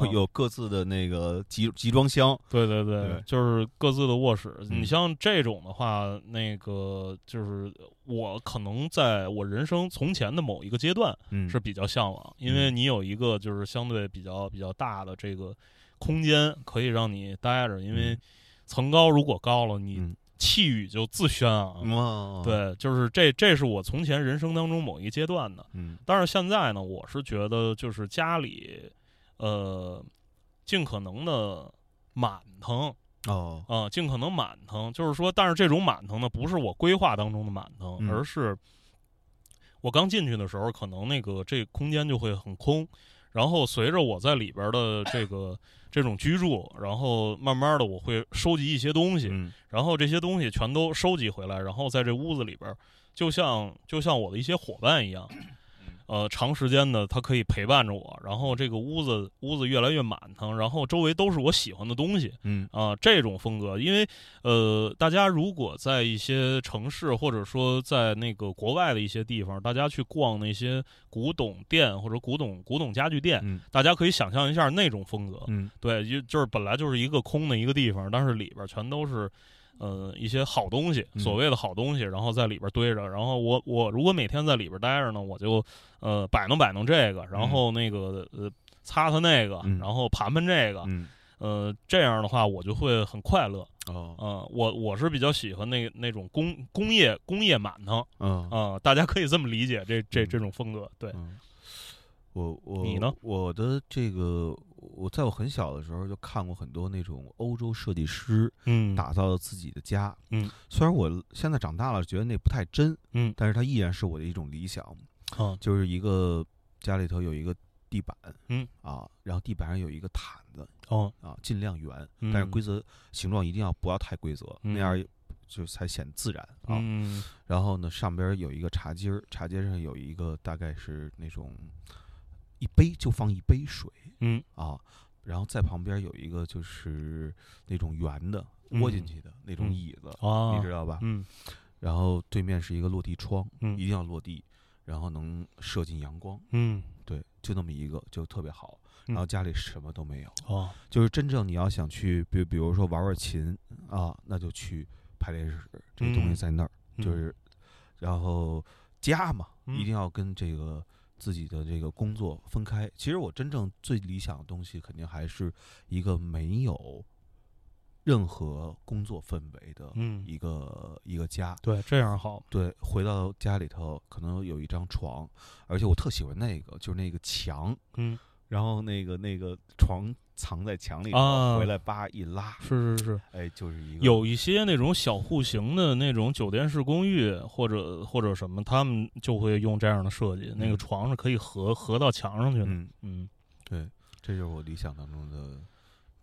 S2: 有
S1: 啊
S2: 有各自的那个集集装箱，
S1: 对对对，
S2: 对
S1: 就是各自的卧室。
S2: 嗯
S1: 你像这种的话，那个就是我可能在我人生从前的某一个阶段。
S2: 嗯
S1: 是比较向往，因为你有一个就是相对比较比较大的这个空间可以让你待着，因为
S2: 嗯
S1: 层高如果高了，
S2: 嗯
S1: 你气宇就自轩昂。
S2: 哇，
S1: 对，就是这，这是我从前人生当中某一阶段的。
S2: 嗯
S1: 但是现在呢，我是觉得就是家里，呃，尽可能的满腾
S2: 哦，
S1: 啊、尽可能满腾，就是说，但是这种满腾呢，不是我规划当中的满腾，
S2: 嗯
S1: 而是我刚进去的时候，可能那个这空间就会很空，然后随着我在里边的这个这种居住，然后慢慢的我会收集一些东西，
S2: 嗯
S1: 然后这些东西全都收集回来，然后在这屋子里边，就像就像我的一些伙伴一样，
S2: 嗯
S1: 呃，长时间的他可以陪伴着我，然后这个屋子屋子越来越满腾，然后周围都是我喜欢的东西，
S2: 嗯
S1: 啊，这种风格，因为呃，大家如果在一些城市或者说在那个国外的一些地方，大家去逛那些古董店或者古董古董家具店，
S2: 嗯
S1: 大家可以想象一下那种风格。
S2: 嗯
S1: 对，就就是本来就是一个空的一个地方，但是里边全都是。呃，一些好东西，
S2: 嗯
S1: 所谓的好东西，然后在里边堆着。然后我我如果每天在里边待着呢，我就呃摆弄摆弄这个，然后那个呃擦擦那个，
S2: 嗯
S1: 然后盘盘这个，
S2: 嗯
S1: 呃，这样的话我就会很快乐。
S2: 哦
S1: 嗯、我我是比较喜欢那那种工工业工业满堂呃
S2: 嗯
S1: 啊、大家可以这么理解这这
S2: 嗯
S1: 哦这种风格。对，
S2: 嗯，我我
S1: 你呢？
S2: 我的这个，我在我很小的时候就看过很多那种欧洲设计师
S1: 嗯
S2: 打造的自己的家。
S1: 嗯，
S2: 虽然我现在长大了，觉得那不太真，
S1: 嗯
S2: 但是它依然是我的一种理想，
S1: 啊
S2: 就是一个家里头有一个地板，
S1: 嗯
S2: 啊，然后地板上有一个毯子
S1: 哦
S2: 啊，尽量圆，
S1: 嗯
S2: 但是规则形状一定要不要太规则，
S1: 嗯
S2: 那样就才显自然啊。
S1: 嗯
S2: 然后呢，上边儿有一个茶几儿，茶几上有一个大概是那种一杯就放一杯水
S1: 嗯
S2: 啊，然后在旁边儿有一个就是那种圆的窝进
S1: 嗯
S2: 去的那种
S1: 嗯
S2: 椅子，
S1: 啊
S2: 你知道吧？
S1: 嗯
S2: 然后对面是一个落地窗，
S1: 嗯
S2: 一定要落地，然后能射进阳光，
S1: 嗯
S2: 对，就那么一个就特别好。
S1: 嗯
S2: 然后家里什么都没有，
S1: 哦
S2: 就是真正你要想去，比比如说玩玩琴啊，那就去排练室，这个东西
S1: 嗯
S2: 在那儿。就
S1: 嗯
S2: 是，然后家嘛，一
S1: 嗯
S2: 定要跟这个自己的这个工作分开。其实我真正最理想的东西，肯定还是一个没有任何工作氛围的
S1: 嗯
S2: 一个一个家。
S1: 对这样好
S2: 对，回到家里头，可能有一张床，而且我特喜欢那个，就是那个墙，
S1: 嗯
S2: 然后那个那个床藏在墙里头，
S1: 啊
S2: 回来叭一拉，
S1: 是是是
S2: 哎，就是一个
S1: 有一些那种小户型的那种酒店式公寓或者或者什么，他们就会用这样的设计，那个
S2: 嗯
S1: 床是可以合合到墙上去的。
S2: 嗯，
S1: 嗯，
S2: 对，这就是我理想当中的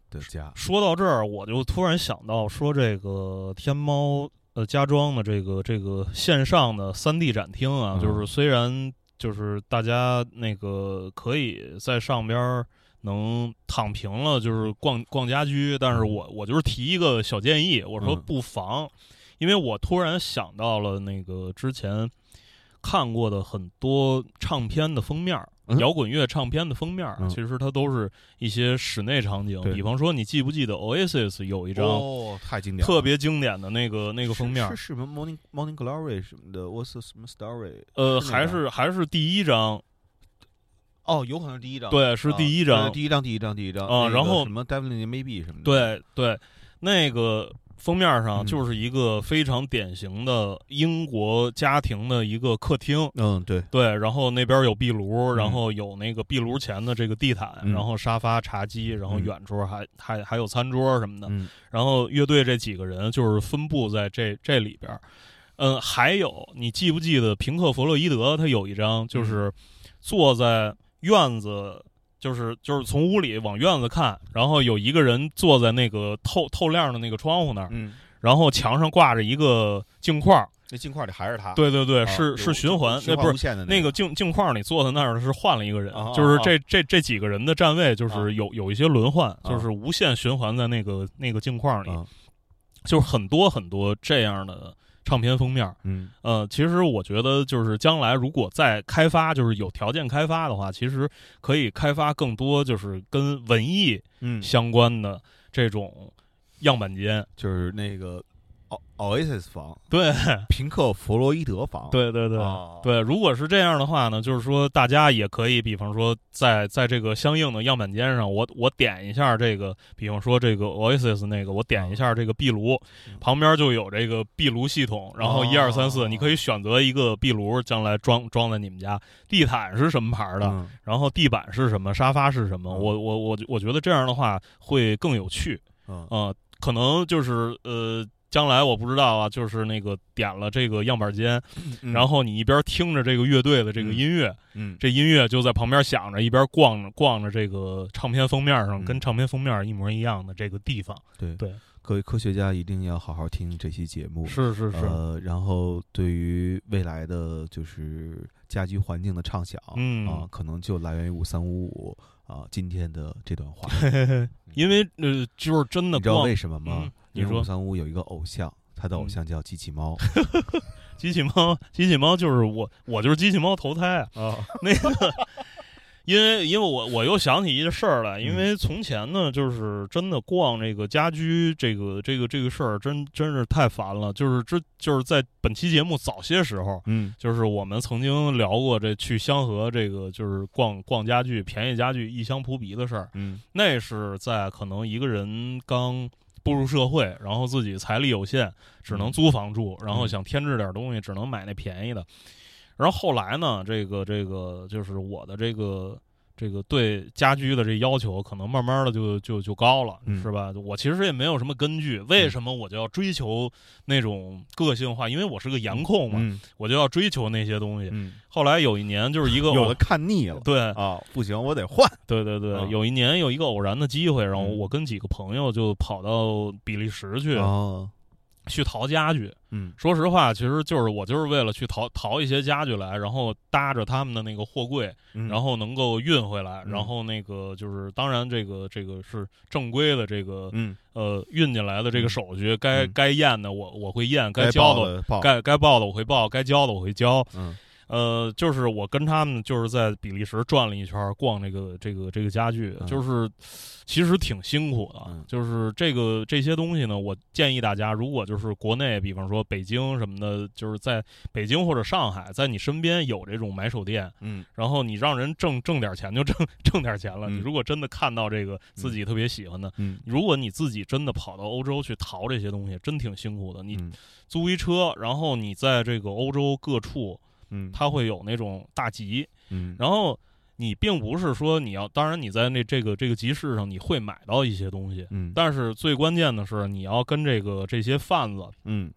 S2: 的家。
S1: 说到这儿，我就突然想到说这个天猫呃家装的这个这个线上的三 D 展厅啊，
S2: 嗯
S1: 就是虽然就是大家那个可以在上边儿能躺平了，就是逛逛家居，但是我我就是提一个小建议，我说
S2: 嗯
S1: 不妨，因为我突然想到了那个之前看过的很多唱片的封面儿。
S2: 嗯
S1: 摇滚乐唱片的封面儿，
S2: 嗯
S1: 其实它都是一些室内场景，
S2: 对
S1: 比方说，你记不记得 Oasis 有一张
S2: 哦，太经典了，
S1: 特别经典的那个那个封面
S2: 是
S1: 儿？
S2: 是什么 Morning Morning Glory 什么的，What's the- 什么 Story？
S1: 呃，
S2: 是那
S1: 还是还是第一张，
S2: 哦，有可能是第一张，
S1: 对，是
S2: 啊
S1: 第一
S2: 对
S1: 张，
S2: 第一张，第一张，第一张
S1: 啊
S2: 那个
S1: 然后
S2: 什么 Devil in Maybe 什么的，
S1: 对对，那个封面儿上
S2: 嗯
S1: 就是一个非常典型的英国家庭的一个客厅，
S2: 嗯，对，
S1: 对，然后那边有壁炉，
S2: 嗯
S1: 然后有那个壁炉前的这个地毯，
S2: 嗯
S1: 然后沙发、茶几，然后
S2: 嗯
S1: 远处还、还还有餐桌什么的，
S2: 嗯
S1: 然后乐队这几个人就是分布在这这里边儿。嗯，还有你记不记得平克·弗洛伊德他有一张
S2: 嗯
S1: 就是坐在院子，就是就是从屋里往院子看，然后有一个人坐在那个透透亮的那个窗户那儿，
S2: 嗯，
S1: 然后墙上挂着一个镜框儿。
S2: 那镜框里还是他，
S1: 对对对，
S2: 啊，
S1: 是
S2: 有
S1: 是循环，那
S2: 循
S1: 不是
S2: 无限的
S1: 那
S2: 个
S1: 个，镜镜框里坐在那儿的是换了一个人，
S2: 啊
S1: 就是
S2: 啊
S1: 这这这几个人的站位就
S2: 啊
S1: 是有、有一些轮换，就是无限循环在那个那个镜框里，
S2: 啊
S1: 就是很多很多这样的唱片封面儿。
S2: 嗯
S1: 呃，其实我觉得就是将来如果再开发，就是有条件开发的话，其实可以开发更多就是跟文艺
S2: 嗯，
S1: 相关的这种样板间。
S2: 就是那个 O Oasis 房，
S1: 对
S2: 平克·弗洛伊德房，
S1: 对对对。
S2: 啊，
S1: 对，如果是这样的话呢，就是说大家也可以，比方说在在这个相应的样板间上，我我点一下这个，比方说这个 Oasis 那个，我点一下这个壁炉
S2: 啊嗯，
S1: 旁边就有这个壁炉系统，然后
S2: 哦
S1: 一二三四，你可以选择一个壁炉，将来装装在你们家，地毯是什么牌的，
S2: 嗯
S1: 然后地板是什么，沙发是什么，
S2: 嗯
S1: 我我我我觉得这样的话会更有趣，
S2: 嗯
S1: 呃，可能就是呃。将来我不知道啊，就是那个点了这个样板间，
S2: 嗯，
S1: 然后你一边听着这个乐队的这个音乐，
S2: 嗯，
S1: 这音乐就在旁边响着，一边逛着逛着这个唱片封面上、
S2: 嗯
S1: 跟唱片封面一模一样的这个地方。
S2: 对
S1: 对，
S2: 各位科学家一定要好好听这期节目，
S1: 是是
S2: 呃，然后对于未来的就是家居环境的畅想，
S1: 嗯
S2: 啊，可能就来源于五三五五啊今天的这段话，
S1: 因为呃，就是真的
S2: 你知道
S1: 逛
S2: 为什么吗
S1: 嗯？你
S2: 因为
S1: 说嗯
S2: 五三五有一个偶像，他的偶像叫机 器猫
S1: 机器猫，机器猫就是我，我就是机器猫投胎啊。
S2: 啊，
S1: 那个，因为因为我我又想起一个事儿来，
S2: 嗯
S1: 因为从前呢，就是真的逛这个家居这个这个这个事儿，真真是太烦了。就是这就是在本期节目早些时候，
S2: 嗯
S1: 就是我们曾经聊过这去香河这个就是逛逛家具、便宜家具一香扑鼻的事儿，
S2: 嗯
S1: 那是在可能一个人刚步入社会，然后自己财力有限，只能租房住，然后想添置点东西，只能买那便宜的。然后后来呢，这个这个就是我的这个这个对家居的这要求，可能慢慢的就就就高了，
S2: 嗯
S1: 是吧？我其实也没有什么根据，为什么我就要追求那种个性化？因为我是个颜控嘛，
S2: 嗯
S1: 我就要追求那些东西。
S2: 嗯，
S1: 后来有一年，就是一个
S2: 有的看腻了
S1: 对
S2: 啊，不行，我得换。
S1: 对对对，
S2: 啊
S1: 有一年有一个偶然的机会，然后
S2: 嗯
S1: 我跟几个朋友就跑到比利时去、
S2: 哦，
S1: 去淘家具。
S2: 嗯
S1: 说实话，其实就是我就是为了去淘淘一些家具来，然后搭着他们的那个货柜，
S2: 嗯，
S1: 然后能够运回来，
S2: 嗯
S1: 然后那个就是当然这个这个是正规的这个
S2: 嗯，
S1: 呃运进来的这个手续，该
S2: 嗯
S1: 该验的我我会验，该
S2: 该
S1: 交
S2: 报
S1: 的
S2: 的报，
S1: 该该报的我会报，该交的我会交。
S2: 嗯
S1: 呃，就是我跟他们就是在比利时转了一圈儿，逛这个这个这个家具，
S2: 嗯
S1: 就是其实挺辛苦的。
S2: 嗯
S1: 就是这个这些东西呢，我建议大家，如果就是国内，比方说北京什么的，就是在北京或者上海，在你身边有这种买手店，
S2: 嗯
S1: 然后你让人挣挣点钱就挣 挣点钱了。
S2: 嗯
S1: 你如果真的看到这个自己特别喜欢的。
S2: 嗯
S1: 如果你自己真的跑到欧洲去淘这些东西，真挺辛苦的。你
S2: 嗯
S1: 租一车，然后你在这个欧洲各处，
S2: 嗯
S1: 它会有那种大集，
S2: 嗯，
S1: 然后你并不是说你要，当然你在那这个这个集市上你会买到一些东西，
S2: 嗯
S1: 但是最关键的是你要跟这个这些贩子
S2: 嗯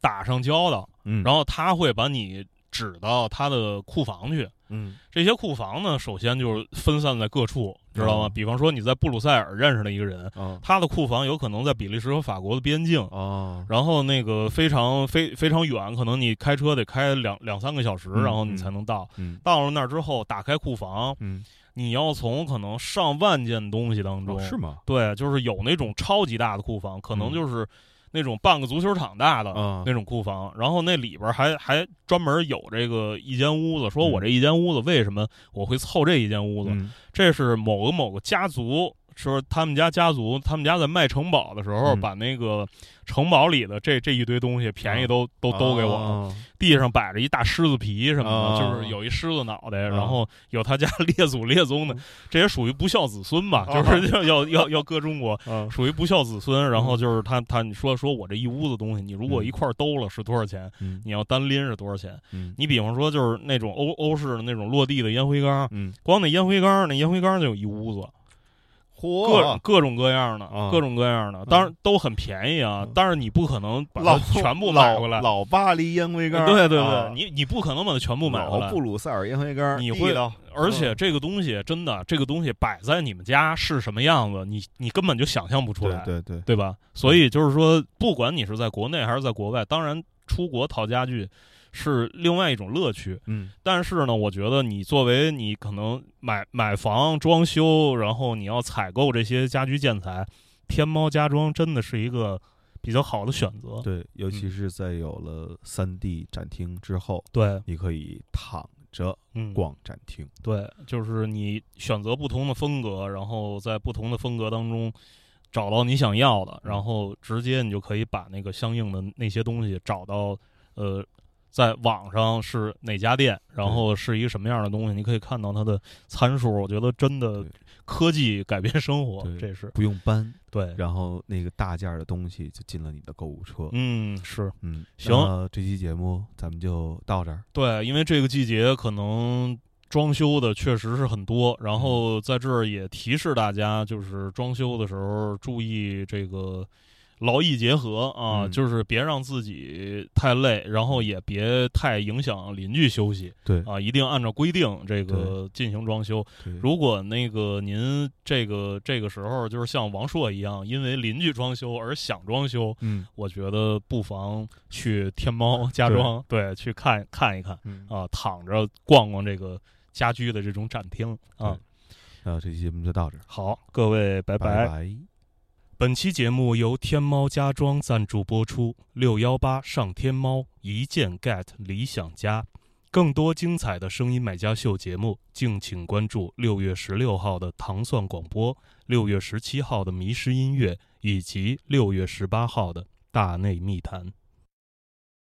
S1: 打上交道，
S2: 嗯，
S1: 然后他会把你指到他的库房去。
S2: 嗯
S1: 这些库房呢，首先就是分散在各处，知道吗？
S2: 哦
S1: 比方说你在布鲁塞尔认识了一个人，
S2: 哦
S1: 他的库房有可能在比利时和法国的边境，
S2: 哦，
S1: 然后那个非常非非常远，可能你开车得开两两三个小时，
S2: 嗯
S1: 然后你才能到。
S2: 嗯
S1: 到了那儿之后，打开库房，
S2: 嗯，
S1: 你要从可能上万件东西当中，
S2: 哦是吗？
S1: 对，就是有那种超级大的库房，可能
S2: 嗯
S1: 就是那种半个足球场大的。
S2: 啊
S1: 那种库房，然后那里边还还专门有这个一间屋子，说我这一间屋子为什么我会凑这一间屋子？
S2: 嗯
S1: 这是某个某个家族，说他们家家族，他们家在卖城堡的时候，
S2: 嗯
S1: 把那个城堡里的这这一堆东西便宜都、都都给我了。
S2: 嗯哦
S1: 地上摆着一大狮子皮什么的，
S2: 哦
S1: 就是有一狮子脑袋，
S2: 哦
S1: 然后有他家列祖列宗的
S2: 嗯，
S1: 这也属于不孝子孙吧？
S2: 哦
S1: 就是要要要要搁中国。
S2: 啊
S1: 属于不孝子孙，然后就是他他你说说我这一屋子东西，你如果一块儿兜了是多少钱？
S2: 嗯
S1: 你要单拎是多少钱？
S2: 嗯
S1: 你比方说就是那种欧欧式的那种落地的烟灰缸，
S2: 嗯，
S1: 光那烟灰缸，那烟灰缸就有一屋子，各种
S2: 嚯，
S1: 各种各样的
S2: 啊，
S1: 各种各样的，当然都很便宜啊
S2: 嗯，
S1: 但是你不可能把
S2: 老
S1: 它全部买
S2: 老
S1: 回来。
S2: 老巴黎烟灰缸，
S1: 对对
S2: 啊
S1: 对，你你不可能把它全部买回
S2: 老
S1: 来
S2: 布，鲁塞尔烟灰缸，
S1: 你
S2: 地
S1: 会
S2: 道嗯
S1: 而且这个东西真的，这个东西摆在你们家是什么样子，你你根本就想象不出来，
S2: 对对对，
S1: 对吧？所以就是说，不管你是在国内还是在国外，当然出国淘家具是另外一种乐趣，
S2: 嗯
S1: 但是呢，我觉得你作为你可能买买房装修，然后你要采购这些家居建材，天猫家装真的是一个比较好的选择。
S2: 对，尤其
S1: 嗯
S2: 是在有了三 D 展厅之后，
S1: 对，
S2: 你可以躺着
S1: 嗯，
S2: 逛展厅，
S1: 对，就是你选择不同的风格，然后在不同的风格当中找到你想要的，
S2: 嗯
S1: 然后直接你就可以把那个相应的那些东西找到，呃，在网上是哪家店，然后是一个什么样的东西，你可以看到它的参数。我觉得真的
S2: 对
S1: 科技改变生活
S2: 对，
S1: 这是
S2: 不用搬，
S1: 对，
S2: 然后那个大件儿的东西就进了你的购物车。
S1: 嗯，是
S2: 嗯，
S1: 行
S2: 那这期节目咱们就到这儿。
S1: 对，因为这个季节可能装修的确实是很多，然后在这儿也提示大家，就是装修的时候注意这个劳逸结合啊，
S2: 嗯
S1: 就是别让自己太累，然后也别太影响邻居休息
S2: 对
S1: 啊，一定按照规定这个进行装修。
S2: 对
S1: 如果那个您这个这个时候就是像王硕一样，因为邻居装修而想装修，
S2: 嗯
S1: 我觉得不妨去天猫 家装对去看看一看。
S2: 嗯，
S1: 啊，躺着逛逛这个家居的这种展厅啊
S2: 对。那这期节目就到这儿，
S1: 好，各位，拜
S2: 拜拜
S4: 本期节目由天猫家装赞助播出，六幺八上天猫一键 get 理想家。更多精彩的声音买家秀节目，敬请关注六月十六号的糖蒜广播，六月十七号的迷失音乐，以及六月十八号的大内密谈。